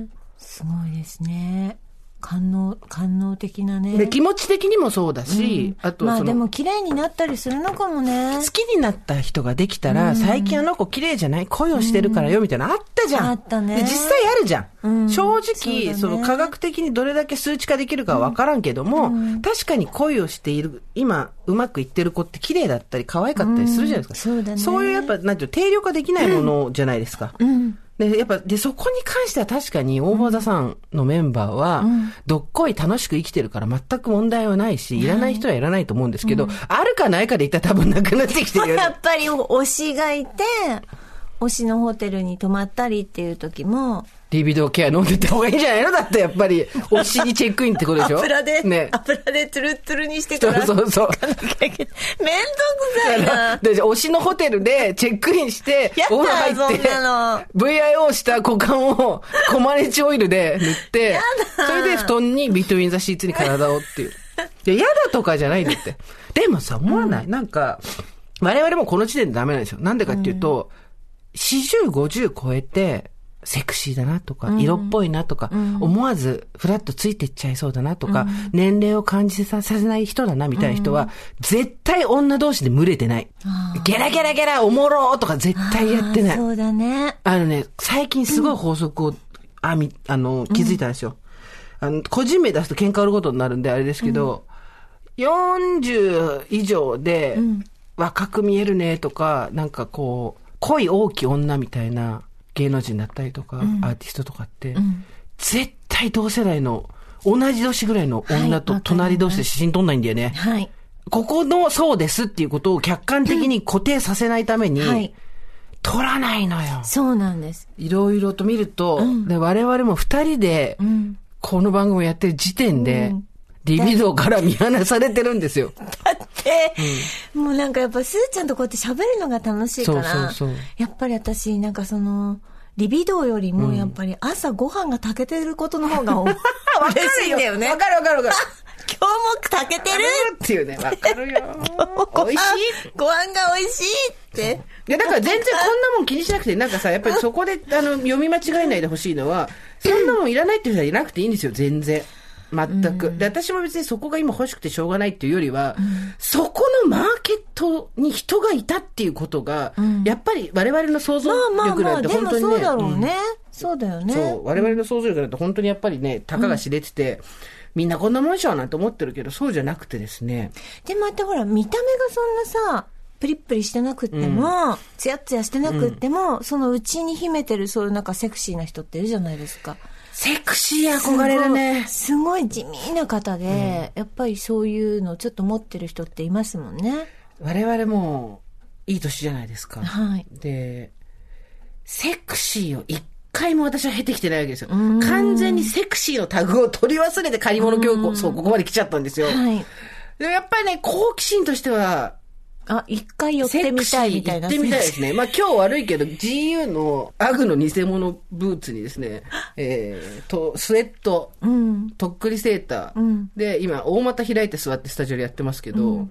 へえすごいですね。官能、官能的なね。
で気持ち的にもそうだし、あと
ま
は
あ
そ
で
の、
も綺麗になったりするのかもね
好。きになった人ができたら、最近あの子綺麗じゃない恋をしてるからよ、みたいなのあったじゃん。
あったね
で実際あるじゃん。
うん
正
そうだ
直、
ね
その科学的にどれだけ数値化できるかはわからんけども、確かに恋をしている、今、うまくいってる子って綺麗だったり、可愛かったりするじゃないですか。
うんそうだね
いうやっぱ、なんていうの定量化できないものじゃないですか。
うん。
で、やっぱ、で、そこに関しては確かに、大坊座さんのメンバーは、どっこい楽しく生きてるから全く問題はないし、いらない人はいらないと思うんですけど、あるかないかで言ったら多分なくなってきてるよ
や
ね。
っぱり推しがいて、推しのホテルに泊まったりっていう時も、
リビドーケア飲んでった方がいいんじゃないのだってやっ ぱり、推しにチェックインってことでしょ
油で、
ね。
油でツルツルにして
そ
か
う
ら。
そうそう。
めんどくさいな。
で、推しのホテルでチェックインして
や、だ
お風呂入って
そんなの、
VIO した股間をコマネチオイルで塗って、それで布団にビトゥインザシーツに体を っていう。いや、やだとかじゃないんだって。でもさ、思わない、なんか、我々もこの時点でダメなんですよ。なんでかっていうと、40、50超えて、セクシーだなとか、色っぽいなとか、思わずフラッとついてっちゃいそうだなとか、年齢を感じさせない人だなみたいな人は、絶対女同士で群れてない。ゲラゲラゲラおもろーとか絶対やってない。
あーそうだね。
あのね、最近すごい法則を、あみ、あの、気づいたんですよ。あの、個人名出すと喧嘩売ることになるんで、あれですけど、40以上で、若く見えるねとか、なんかこう、恋大きい女みたいな芸能人だったりとか、アーティストとかって、絶対同世代の、同じ年ぐらいの女
はい
と
わか
隣
ります
同士で写真撮んないんだよね。
はい。
ここのそうですっていうことを客観的に固定させないために、
はい。
撮らないのよ。
そうなんです。
いろいろと見ると、で我々も二人で、この番組をやってる時点で、リビドーから見放されてるんですよ。
だって、もうなんかやっぱすーちゃんとこうやって喋るのが楽しいから、
そうそうそう
やっぱり私、なんかその、リビドーよりもやっぱり朝ご飯が炊けてることの方 がお嬉しいんだよね。
わかるわかるわかる。
今日も炊けてる
っていうね、わかるよ。
ご飯
美味しい。
ご飯が美味しいって。
いや、だから全然こんなもん気にしなくて、なんかさ、やっぱりそこで、あの、読み間違えないでほしいのは、そんなもんいらないっていう人はいなくていいんですよ、全然。全く。で、私も別にそこが今欲しくてしょうがないっていうよりは、そこのマーケットに人がいたっていうことが、やっぱり我々の想像
まあまあ
力
ま
なん
あ、
て
で
本
も
当にね、
そうだろ
う
うんね。そうだよね。
そう、我々の想像力なんて本当にやっぱりね、たかが知れてて、みんなこんなもんでしょなんて思ってるけど、そうじゃなくてですね。
でまたほら見た目がそんなさプリップリしてなくっても、ツヤツヤしてなくっても、そのうちに秘めてるそういうなんかセクシーな人っているじゃないですか
セクシー憧れだね。
すごいすごい地味な方で、やっぱりそういうのちょっと持ってる人っていますもんね
我々もう、いい年じゃないですか。
はい
で、セクシーを一回も私は経てきてないわけですよ。完全にセクシーのタグを取り忘れて借り物教育を、そう、ここまで来ちゃったんですよ。
はい
でもやっぱりね、好奇心としては、
あ一回寄っ
セ
て
ク
み
シ
た
ー
いみたいな
行ってみたいですね。まあ今日悪いけど、GU のアグの偽物ブーツに ですね、えー、と、スウェット、
うん
とっくりセーター、
ん
で、今、大股開いて座ってスタジオでやってますけど、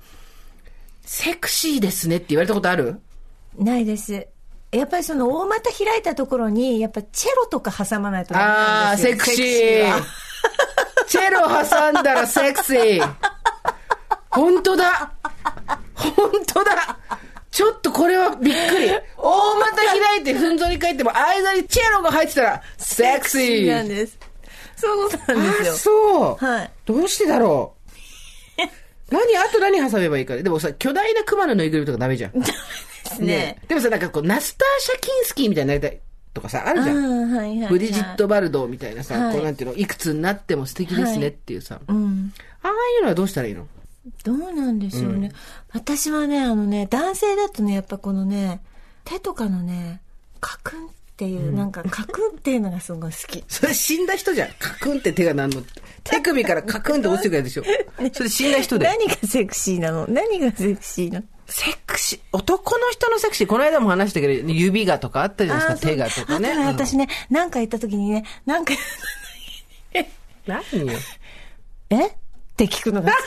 セクシーですねって言われたことある
ないですやっぱりその大股開いたところにやっぱチェロとか挟まないとダメ
あ
な
あ
ん
ー、
ですよ
セクシ
セ
ー
は。
チェロ挟んだらセクシー。本当だ。本当だ。ちょっとこれはびっくり。大股開いてふんぞり返っても間にチェロが入ってたらセクシ
なん
ー。
ですそういうこと
あ
なんですよ
ーそう。
はい
どうしてだろう。何、あと何挟めばいいかね。でもさ、巨大な熊のぬいぐるみとかダメじゃん。
ですね。
でもさ、なんかこう、ナスター・シャキンスキーみたいになりたいとかさ、あるじゃん。
うんはいはいはい
ブリジット・バルドーみたいなさ、
はい
こうなんていうの、いくつになっても素敵ですねっていうさ、
うん。
ああいうのはどうしたらいいの
どうなんでしょうね。私はね、あのね、男性だとね、やっぱこのね、手とかのね、カクンっていう、なんかカクンっていうのがすごい好き。
それ死んだ人じゃん。カクンって手がなんのって。手首からカクンって落ちてくるやつでしょ。それ死んだ人で。
何がセクシーなの何がセクシーなの
セクシー、男の人のセクシー、この間も話したけど、指がとかあったじゃないですか、手がとかね。
あと私ね、なんか言った時にね、なんか、
うん何よ。
えって聞く のが好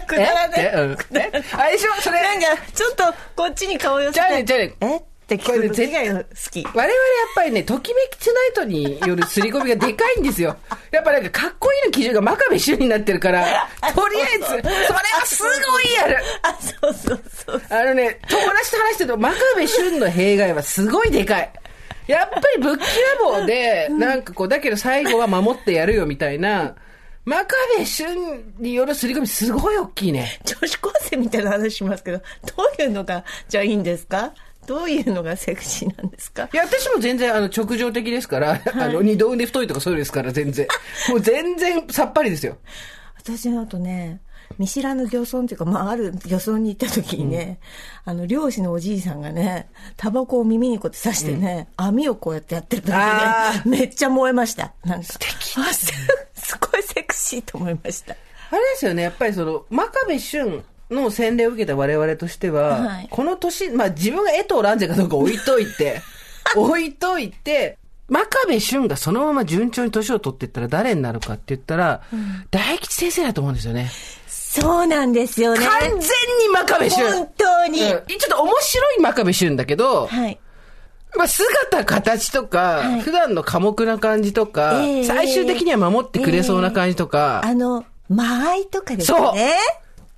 き。く
え
だらない。
えうんえあれでしょそれ。
なんか、ちょっとこっちに顔寄せて。
じゃあねじゃあね
えって聞くのが好き。
我々やっぱりね、ときめきツナイトによる刷り込みがでかいんですよ。 やっぱなんかかっこいいの基準が真壁主になってる から、とりあえず、それはすごいやる。
あ、そうそうそう。
あのね、友達と話してると、真壁俊の弊害はすごいでかい。やっぱりぶっきらぼうで、なんかこう、だけど最後は守ってやるよみたいな、真壁俊による刷り込みすごい大きいね。
女子高生みたいな話しますけど、どういうのが、じゃあいいんですかどういうのがセクシーなんですか
いや、私も全然、あの、直情的ですから、あの、二度腕太いとかそういうのですから、全然。もう全然さっぱりですよ。
私のとね、見知らぬ漁村っていうか、まあ、ある漁村に行った時にね、あの、漁師のおじいさんがね、タバコを耳にこうやって刺してね、網をこうやってやってる時にね
あ、
めっちゃ燃えました。なんか。素敵。すごいセクシーと思いました。
あれですよね、やっぱりその、真壁俊の洗礼を受けた我々としては、
はい
この年、まあ自分が江藤蘭世かどうか置いとい て、置いといて、真壁俊がそのまま順調に年を取っていったら誰になるかって言ったら、大吉先生だと思うんですよね。
そうなんですよね。
完全に真壁俊
本当に。
うんちょっと面白い真壁俊だけど、
はい。
まあ、姿、形とか、
はい
普段の寡黙な感じとか、
ええ
最終的には守ってくれそうな感じとか、
あの、間合いとかですね。
そう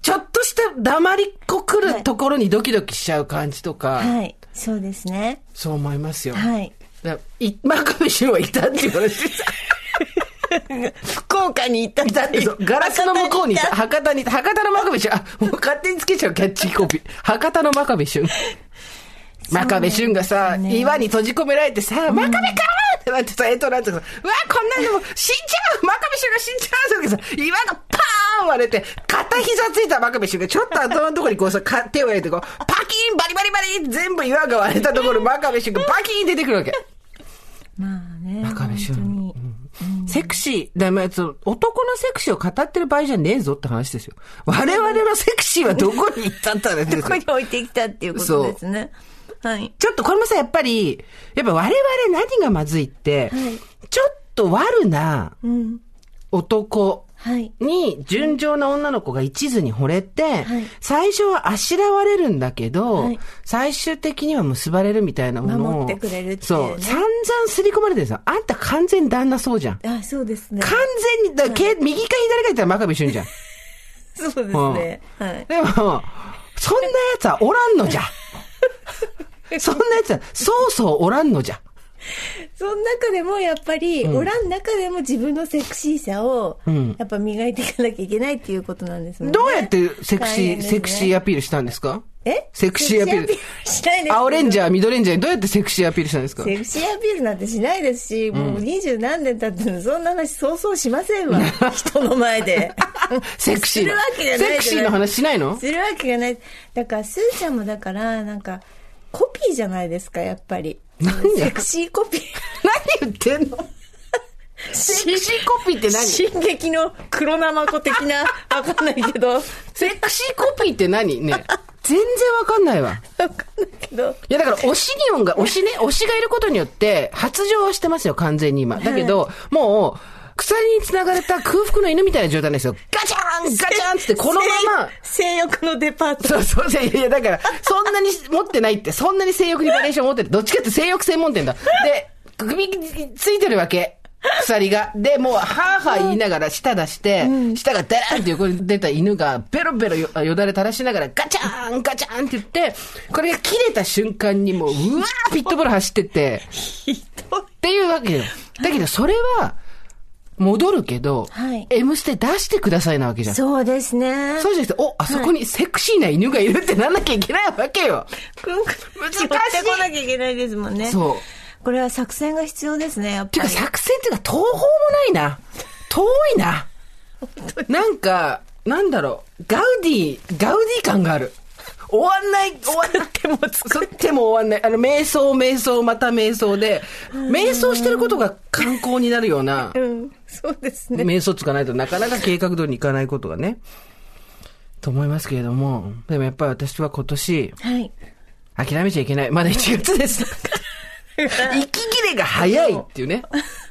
ちょっとした黙りっこく
は
る
い
ところにドキドキしちゃう感じとか、
はい。そうですね。
そう思いますよ。
はい。
だからい真壁俊はいたっていう話です。
福岡に行った
だってそうガラスの向こうにいた、
博
博多にいた、博多の真壁俊、あ、もう勝手につけちゃうキャッチコピー。博多の真壁俊。真壁俊がさ、岩に閉じ込められてさ、真壁かってなってさ、えっとなんてさ、うわ、こんなのも死んじゃう真壁俊が死んじゃうって言うけどさ、岩がパーン割れて、片膝ついた真壁俊がちょっと頭のところにこうさ、か手を入れてこう、パキーンバリバリバリ全部岩が割れたところ、真壁俊がバキーン出てくるわけ。
まあね。
真壁俊
本
セクシー、だめ、その男のセクシーを語ってる場合じゃねえぞって話ですよ。我々のセクシーはどこに行ったんだねって
当に。ここ に置いてきたっていうことですね。はい。
ちょっとこれもさ、やっぱり、やっぱ我々何がまずいって、ちょっと悪な
うん。
男
はい。
に純情な女の子が一途に惚れて、
はい
最初はあしらわれるんだけど、
はい
最終的には結ばれるみたいなものを。
守ってくれるっていうね
そう。散々刷り込まれてるんですよ。あんた完全に旦那そうじゃん。
あ、そうですね。
完全に、だけ右か左か言ったら真壁 俊じゃん。
そうですね。はい。
でも、そんな奴はおらんの じゃ。そんな奴は、そうそうおらんのじゃ。
その中でもやっぱり、おらん中でも自分のセクシーさを、やっぱ磨いていかなきゃいけないっていうことなんですもんね。
どうやってセク
大
シ
変
ー、
ですね
セクシーアピールしたんですか
え
セクシーアピール
セクシしないです。
青レンジャー、緑レンジャーにどうやってセクシーアピールしたんですか
セクシーアピールなんてしないですし、もう二十何年経ってもそんな話そうそうしません わ。人の前で。
セクシー
するわけじゃない
の。
じゃな
セ
い
クシーの話しないの
するわけがない。だから、スーちゃんもだから、なんか、コピーじゃないですか、やっぱり。
何が
セクシーコピー。
何言ってんのセクシーコピーって何セ
進撃の黒生子的な、わかんないけど、わ
クシーコピーって何 ね。全然わかんないわ。
かんないけど。
いやだから、推しに音が、推しね、推しがいることによって、発情はしてますよ、完全に今。だけど、もう、鎖に繋がれた空腹の犬みたいな状態なんですよ。ガチャンガチャンっつって、このまま、
性欲のデパート。
そうそうそう、いやいや、だから、そんなに持ってないって、そんなに性欲にバリエーション持ってる。どっちかって性欲専門店だ。で、首についてるわけ。鎖が。で、もう、はーはー言いながら舌出して、舌がダラーンって横に出た犬が、ベロベロよよだれ垂らしながら、ガチャーンガチャーンって言って、これが切れた瞬間にもう、うわーピットボール走ってって、っていうわけよ。だけど、それは、戻るけど、
はい
M ステ出してくださいなわけじゃん。
そうですね。
そうじゃなくて、お、あそこにセクシーな犬がいるってなんなきゃいけないわけよ。
くんくん
難しい
持ってこなきゃいけないですもんね。
そう。
これは作戦が必要ですね、やってぱ
か
り。
作戦っていうか、東方もないな。遠いな。なんか、なんだろう、ガウディ、ガウディ感がある。終わんない、終わっても作っても終わんない。あの、瞑想、瞑想、また瞑想で、瞑想してることが観光になるような、
うん、そうですね。
瞑想つかないとなかなか計画通りにいかないことがね、と思いますけれども、でもやっぱり私は今年、
はい。
諦めちゃいけない。まだ1月 です。息切れが早いっていうね。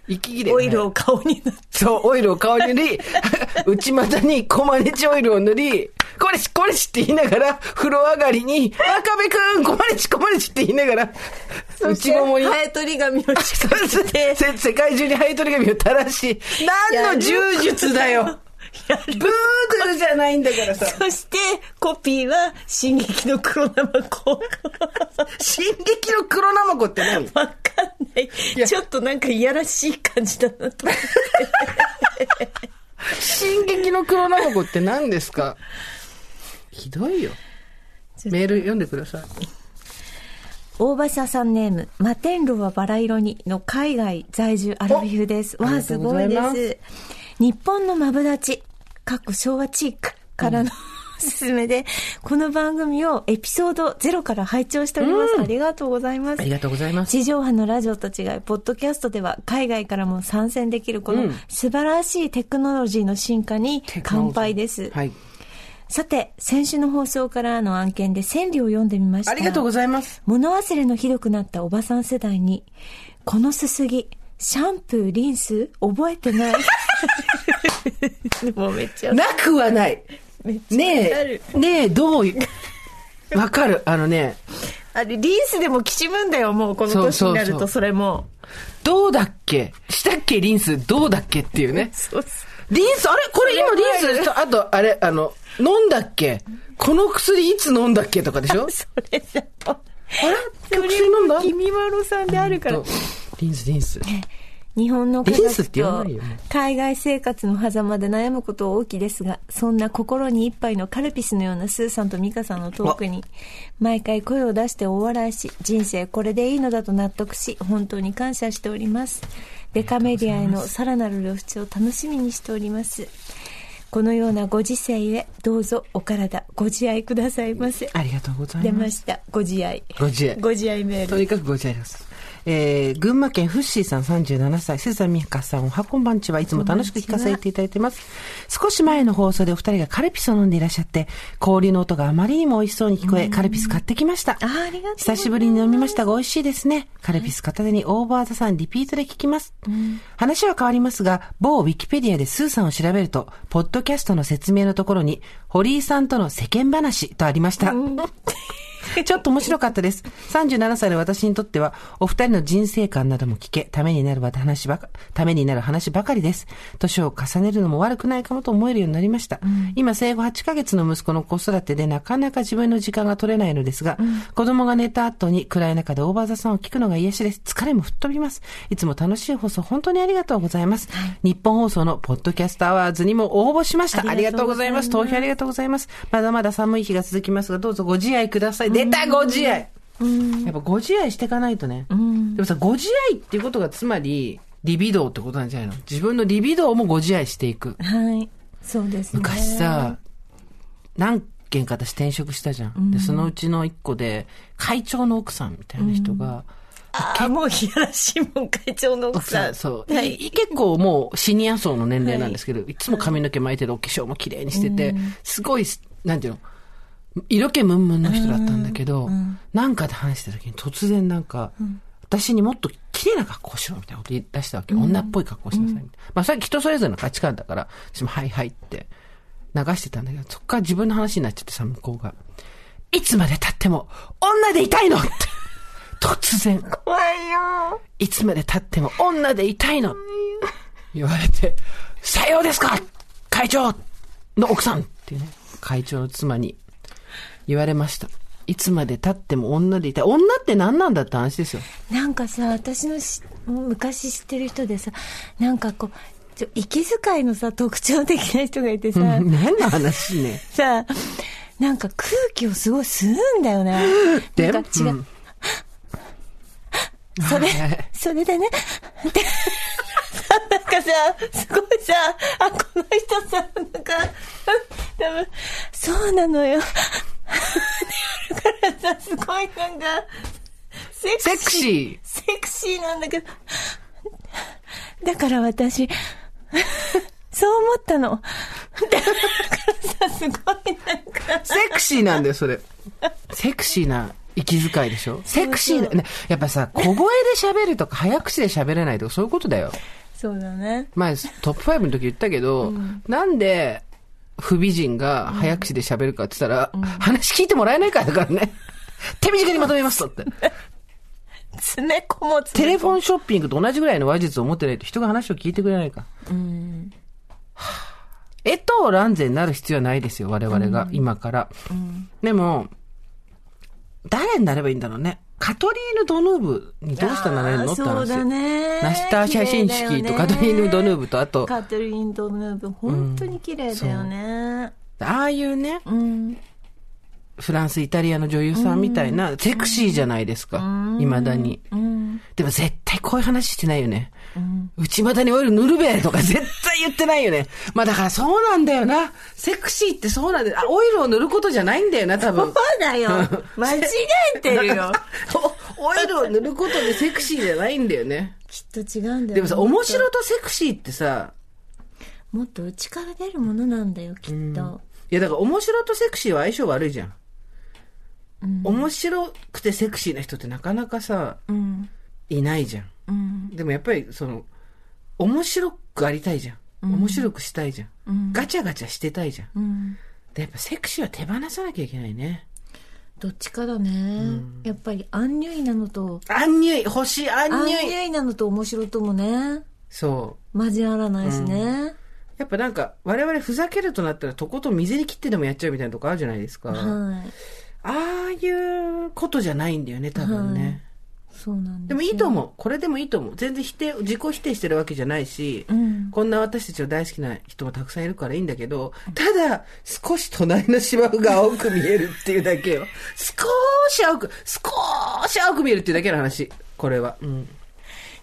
息切れが
オ
早
イ
い。
ルを顔に塗って。
そう、オイルを顔に塗 り、内股にコマネチオイルを塗り、これし、これしって言いながら、風呂上がりに、赤部くん、コマネチ、コマネチって言いながら、内ももに、
ハエ取り紙を仕掛け て。
せ世界中にハエ取り紙を垂らし、何の柔術だよ。ブードゥルじゃないんだからさ。
そして、コピーは、進撃の黒生子。 わ
進撃の黒ナマコって何
かんない
いや
ちょっとなんかいやらしい感じだなと思って。
進撃の黒ナマコって何ですかひどいよ。メール読んでください。
大場社さんネーム、摩天楼はバラ色にの海外在住アラフィフです。わ
あ
あ、
りがと
す
うご
ご
ざい
いで
ます
す。日本のマブダチ、かっこ昭和チークからの、おすすめで、この番組をエピソード0から拝聴しております。ありがとうございます。
ありがとうございます。
地上波のラジオと違い、ポッドキャストでは海外からも参戦できるこの素晴らしいテクノロジーの進化に乾杯です。
はい。
さて、先週の放送からの案件で千里を読んでみました。
ありがとうございます。
物忘れのひどくなったおばさん世代に、このすすぎ、シャンプー、リンス、覚えてない。もうめっちゃ、
なくはない。
めっちゃ
ね
なる
え、ねえ、どうい、わかる。あのね、
あれ、リースでもきしむんだよ、もう、この年になる
そうそうそ
と、
う
それも。
どうだっけしたっけリンス、どうだっけっていうね。
そうそう
リンス、あれこれ今リンスと、あと、あれ、あの、飲んだっけこの薬いつ飲んだっけとかで しょ
それだと。
あれ薬飲んだ
それも君まろさんであるから
と。リンス、リンス。
日本の科
リンス
学
って言わ
と
ないよね
海外生活の狭間で悩むことは大きいですが、そんな心に一杯のカルピスのようなスーさんとミカさんのトークに、毎回声を出してお笑いし、人生これでいいのだと納得し、本当に感謝しております。デカメディアへのさらなる露出を楽しみにしております。このようなご時世へ、どうぞお体ご自愛くださいませ。
ありがとうござい
出
ま。
ますした。ご自愛。
ご自愛
ご自愛メール
と。にかくご自愛です。えー、群馬県フッシーさん37歳、セザミカさん、おはこんばんちはいつも楽しく聞かせていただいてます。少し前の放送でお二人がカルピスを飲んでいらっしゃって、氷の音があまりにも美味しそうに聞こえ、カルピス買ってきました。
あありがとうございます
久しぶりに飲みましたが美味しいですね。カルピス片手にオーバーザさんリピートで聞きます。話は変わりますが、某ウィキペディアでスーさんを調べると、ポッドキャストの説明のところに、堀井さんとの世間話とありました。 ちょっと面白かったです。37歳の私にとっては、お二人の人生観なども聞け、ためになる話ばか、ためになる話ばかりです。年を重ねるのも悪くないかもと思えるようになりました。今、生後8ヶ月の息子の子育てでなかなか自分の時間が取れないのですが、子供が寝た後に暗い中でオーバーザさんを聞くのが癒しです。疲れも吹っ飛びます。いつも楽しい放送、本当にありがとうございます。日本放送のポッドキャストアワーズにも応募しました。あ
あ
り
り
が
が
と
と
う
う
ご
ご
ざ
ざ
い
い
ま。
ますす
投票ありがとうございます。まだまだ寒い日が続きますが、どうぞご自愛ください。出たご自愛やっぱご自愛していかないとね。でもさ、ご自愛っていうことがつまり、リビドーってことなんじゃないの自分のリビドーもご自愛していく。
はい。そうですね。
昔さ、何件か私転職したじゃん。で、そのうちの一個で、会長の奥さんみたいな人が、
あ、もういやらしいもん、会長の奥
奥さ
さん。
ん、そう。
はいい。
結構もうシニア層の年齢なんですけど、い、つも髪の毛巻いてるお化粧も綺麗にしてて、すごい、なんていうの、色気ムンムンの人だったんだけど、なんかで話した時に突然なんか、私にもっと綺麗な格好しろみたいなこと言い出したわけ。女っぽい格好しなさいみたいな。まあそれは人それぞれの価値観だから、私もはいはいって流してたんだけど、そっから自分の話になっちゃってさ、向こうが。いつまで経っても女でいたいのって、突然。
怖いよ。
いつまで経っても女でいたいの言われて、さようですか会長の奥さんっていうね、会長の妻に言われました。いつまで経っても女でいたい。女って何なんだって話ですよ。
なんかさ、私のし昔知ってる人でさ、なんかこう、ちょ息遣いのさ、特徴的な人がいてさ、
何の話ね。
さ、なんか空気をすごい吸うんだよね。
で
なんか違う。
う
それ
はいはい、
それでね、で、なんかさ、すごいさ、あ、この人さ、なんか、多分、そうなのよ。 だからさ、すごいなんか、セクシ
セ
ー。
クシ
セクシーなんだけど、だから私、そう思ったの。だからさ、すごいなんか、
ー。セクシーなんだよ、それ。セクシーな息遣いでしょセクシーな、ねやっぱさ、小声で喋るとか早口で喋れないとかそういうことだよ。
そうだね。
前、トップ5の時言ったけど、なんで、不美人が早口で喋るかって言ったら、話聞いてもらえないからだか らね。手短にまとめますとって。
詰め込もう
テ
詰め
レ
込
フォンショッピングと同じぐらいの話術を持ってないと人が話を聞いてくれないから。えと、乱世になる必要はないですよ、我々が、今から。でも、誰になればいいんだろうね。カトリーヌ・ドヌーブにどうしたらなれるのって話。
そうだね。
ナシター・シャシンスキーとカトリーヌ・ドヌーブと、あと、
カトリーヌ・ドヌーブ、本当に綺麗だよね。
ああいうね、
うん。
フランス、イタリアの女優さんみたいな、セクシーじゃないですか。未だに。でも絶対こういう話してないよね。内股にオイル塗るべとか絶対言ってないよね。まあだからそうなんだよな。セクシーってそうなんだよ。あ、オイルを塗ることじゃないんだよな、多
そう
分。
だよ。間違えてるよ。
おオイルを塗ることでセクシーじゃないんだよね。
きっと違うんだよ。
でもさ、面白とセクシーってさ、
もっと内から出るものなんだよ、きっと。
いやだから面白とセクシーは相性悪いじゃん。面白くてセクシーな人ってなかなかさ、
うん。
いないじゃん。
うん。
でもやっぱりその面白くありたいじゃん面白くしたいじゃん、ガチャガチャしてたいじゃん
うん。
でやっぱセクシーは手放さなきゃいけないね
どっちかだね、やっぱりアンニュイなのと
アンニュイ、星ア
アン
ン
ニ
ニ
ュ
ュイ。
イなのと面白ともね
そう。
交わらないしね、
やっぱなんか、我々ふざけるとなったら、とことん水に切ってでもやっちゃうみたいなとこあるじゃないですか。
はい
ああいうことじゃないんだよね、多分ね。
はいそうなんです
でもいいと思う。これでもいいと思う。全然否定、自己否定してるわけじゃないし、
うん
こんな私たちの大好きな人もたくさんいるからいいんだけど、ただ、少し隣の芝生が青く見えるっていうだけよ。少し青く、少し青く見えるっていうだけの話。これは。うん。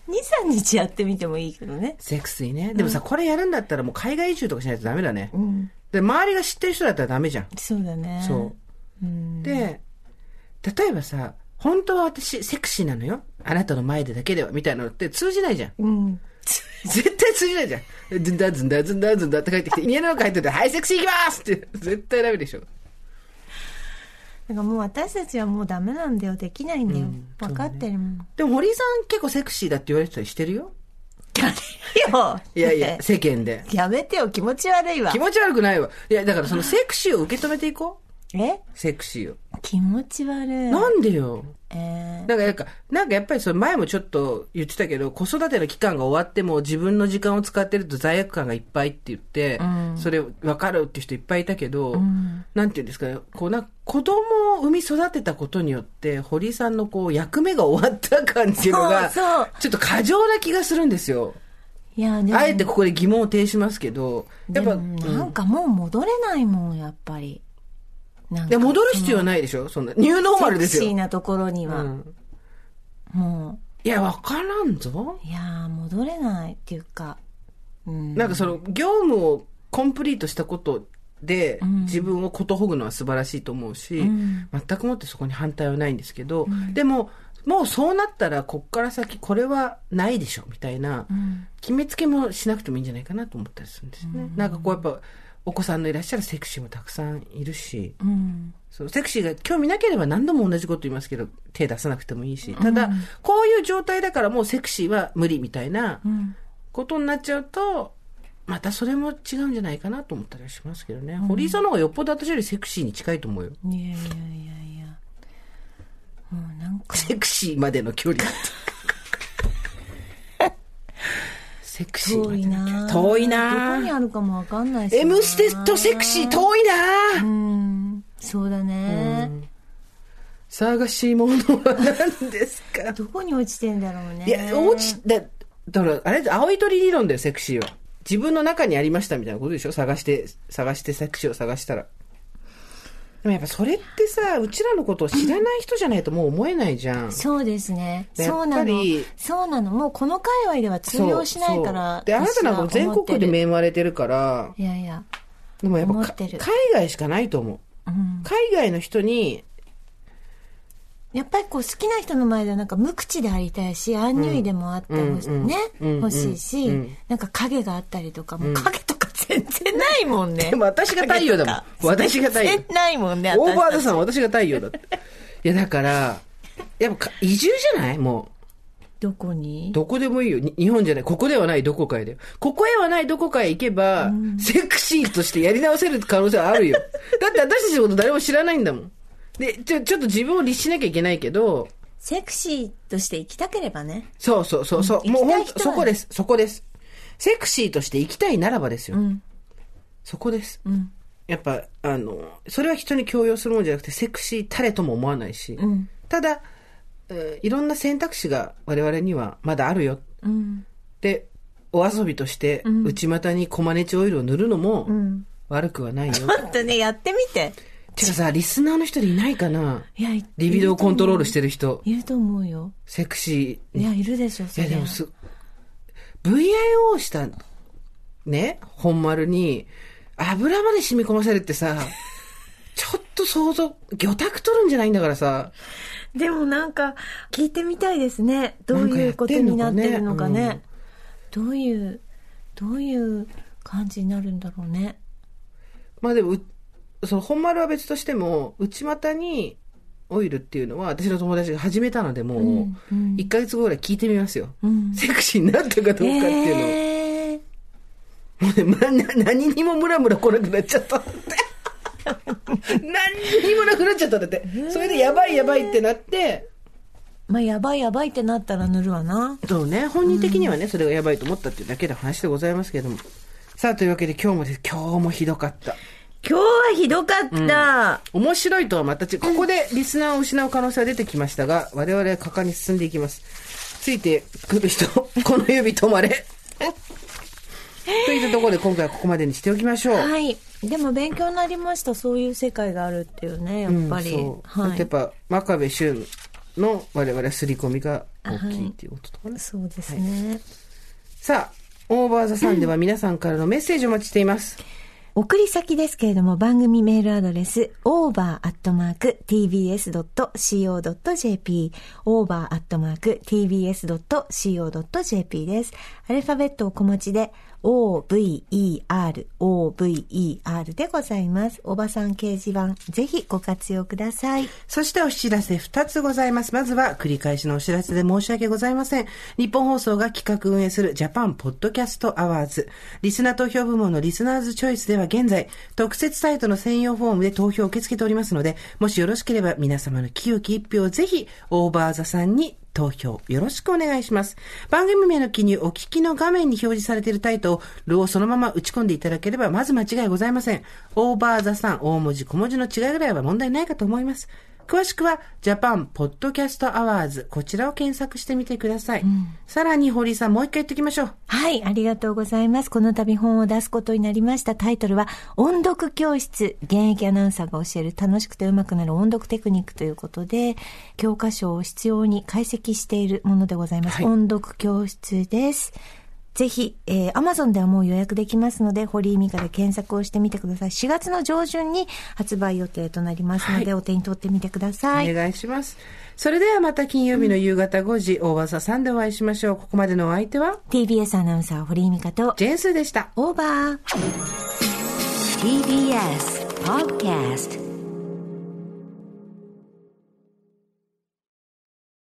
23日やってみてもいいけどね
セクシーね。でもさ、これやるんだったらもう海外移住とかしないとダメだね。
うん
で、周りが知ってる人だったらダメじゃん。
そうだね、
そう
ん、
で、例えばさ、本当は私セクシーなのよ。あなたの前でだけでは、みたいなのって通じないじゃん。
うん、
絶対通じないじゃん。ずんだずんだずんだずんだって帰ってきて、家の中入ってて、はい、セクシー行きますって、絶対ダメでしょ。
なんかもう私たちはもうダメなんだよできないんだよ、
うん
分かってるもん、
でも森さん結構セクシーだって言われてたりしてるよ。
よ
いやいや、世間で。
やめてよ気持ち悪いわ
気持ち悪くないわ。いや、だからそのセクシーを受け止めていこ
え
う。セクシーを。
気持ち悪い
なんでよ。
え
なんか、なんか、なんかやっぱりその前もちょっと言ってたけど、子育ての期間が終わっても自分の時間を使ってると罪悪感がいっぱいって言って、
ん
それ分かるって人いっぱいいたけど、
ん
なんていうんですかね、こうなんか子供を産み育てたことによって、堀井さんのこう役目が終わった感っていうのが、
そうそう
ちょっと過剰な気がするんですよ。
ー、いやでも
あえてここで疑問を呈しますけど、
で
やっぱ、
もなんかもう戻れないもんやっぱりなん
いや
か
戻る必要はないでしょそんな。ニューノーマルです
セクシー
よ。
なところには、
うん
も
いや、分からんぞ。
ういやー戻れないっていうかうん
なんかその業務をコンプリートしたことで
ん
自分をことほぐのは素晴らしいと思うし、
うん
全くもってそこに反対はないんですけど、でももうそうなったらこっから先これはないでしょみたいな
うん
決めつけもしなくてもいいんじゃないかなと思ったりするんですね、なんかこうやっぱお子さんのいらっしゃるセクシーもたくさんいるし
うん
そうセクシーが興味なければ何度も同じこと言いますけど手出さなくてもいいしただ、こういう状態だからもうセクシーは無理みたいな
うん
ことになっちゃうと、またそれも違うんじゃないかなと思ったりはしますけどね。堀井さんの方がよっぽど私よりセクシーに近いと思うよ。
いやいやいやいやもうなんか
セクシーまでの 距離。セクシーま
遠
で
い
の距
な
離。
ー
遠い
どこに
な
あるかもわかんないしな
M ステとセクシー遠いなー
うんそうだね
探し物は何ですか
どこに落ちてんだろうね
いや、落ち、だ、だから、あれ、青い鳥理論だよ、セクシーは。自分の中にありましたみたいなことでしょ探して、探してセクシーを探したら。でもやっぱそれってさ、うちらのことを知らない人じゃないともう思えないじゃん。
そうですね。
やっ
そう
ぱ
なの
り。
そうなの。もうこの界隈では通
そう
用しないから
そ。うで、あなたなんかもう全
私は
国で
思ってる
恵まれてるから、
いやいや。
でもやっぱ
思
か
って
海
る
外しかないと思う。
うん。
海外の人に、
やっぱりこう好きな人の前ではなんか無口でありたいし、アンニュイでもあってほしい、
うんうん
ね、
うん
欲しいし、
うん
なんか影があったりとか、もう影とか全然ないもんね。
でも私が太陽だもん
影とか
私が太陽
全然ないもんね、
オーバー
私
ドさん私が太陽だって。いや、だから、やっぱか移住じゃないもう。
どこに
どこでもいいよ。に日本じゃない。ここではないどこかへだよ。ここへはないどこかへ行けば、セクシーとしてやり直せる可能性はあるよ。 だって私たちのこと誰も知らないんだもん。で、ちょ、ちょっと自分を律しなきゃいけないけど、
セクシーとして生きたければね。
そうそうそうそう。
うん
もうほん
行き
と
たい人はね
そこです。そこです。セクシーとして生きたいならばですよ。
ん
そこです。
うん。
やっぱ、あの、それは人に強要するもんじゃなくて、セクシー誰とも思わないし、
ん
ただ、えーいろんな選択肢が我々にはまだあるよ。
うん。
で、お遊びとして、内股にコマネチオイルを塗るのも、悪くはないよ。
ほんとね、やってみて。
てかさ、リスナーの人でいないかない
や、。
リビドをコントロールしててる人、
いると思うよ。
セクシ
い
ーに。
や、いるでしょ、そ
い
り
や、
ゃ
でもす、VIO した、ね、本丸に、油まで染み込ませるって さ、ちょっと想像、魚拓取るんじゃないんだからさ、
でもなんか聞いてみたいですねどう
なんか
い
や
う
っ
こと
てん
に
の
な
か
っ
ね
てるのかねどういうどういう感じになるんだろうね
まあでもう、その本丸は別としても、内股にオイルっていうのは、私の友達が始めたので、もう、
うん
1ヶ月後ぐらい聞いてみますよ。
うん
セクシーになったかどうかっていうのを。
えー
もうね、ま、な何にもムラムラ来なくなっちゃったって。何にもなくなっちゃったんだって。それでやばいやばいってなって、
まあ、やばいやばいってなったら塗るわな。
そうね、本人的にはね、それがやばいと思ったっていうだけの話でございますけれども。さあ、というわけで今日もです、今日もひどかった。
今日はひどかった。
面白いとはまた違う。ここでリスナーを失う可能性は出てきましたが、我々は果敢に進んでいきます。ついてくる人、 この指止ま れ。といったところで今回はここまでにしておきましょう。
はい。でも勉強になりました。そういう世界があるっていうね、やっぱり。
そう
は
やっ
い。
ぱ真壁俊の我々は刷り込みが大きいっていうこととかね、
そうですね。
さあオーバーザさんでは皆さんからのメッセージをお待ちしています、
送り先ですけれども番組メールアドレス over.tbs.co.jp over.tbs.co.jp です。アルファベットを小文字で over, over でございます。おばさん掲示板、ぜひご活用ください。
そしてお知らせ2つございます。まずは繰り返しのお知らせで申し訳ございません。日本放送が企画運営するジャパンポッドキャストアワーズ。リスナー投票部門のリスナーズチョイスでは現在、特設サイトの専用フォームで投票を受け付けておりますので、もしよろしければ皆様の清き一票をぜひ、オーバーザさんに投票よろしくお願いします。番組名の記入、お聞きの画面に表示されているタイトルをそのまま打ち込んでいただければ、まず間違いございません。オーバーザさん、大文字小文字の違いぐらいは問題ないかと思います。詳しくは、ジャパンポッドキャストアワーズ、こちらを検索してみてください。さらに、堀井さん、もう一回言っておきましょう。
はい、ありがとうございます。この度本を出すことになりました。タイトルは、音読教室。現役アナウンサーが教える楽しくて上手くなる音読テクニックということで、教科書を必要に解析しているものでございます。
はい
音読教室です。ぜひ、えー、Amazon ではもう予約できますので、堀井美香で検索をしてみてください。4月の上旬に発売予定となりますので、お手に取ってみてください。
お願いします。それではまた金曜日の夕方5時、大技さんでお会いしましょう。ここまでのお相手は、
TBS アナウンサー堀井美香と、
ジェンスーでした。
オーバー。
TBS Podcast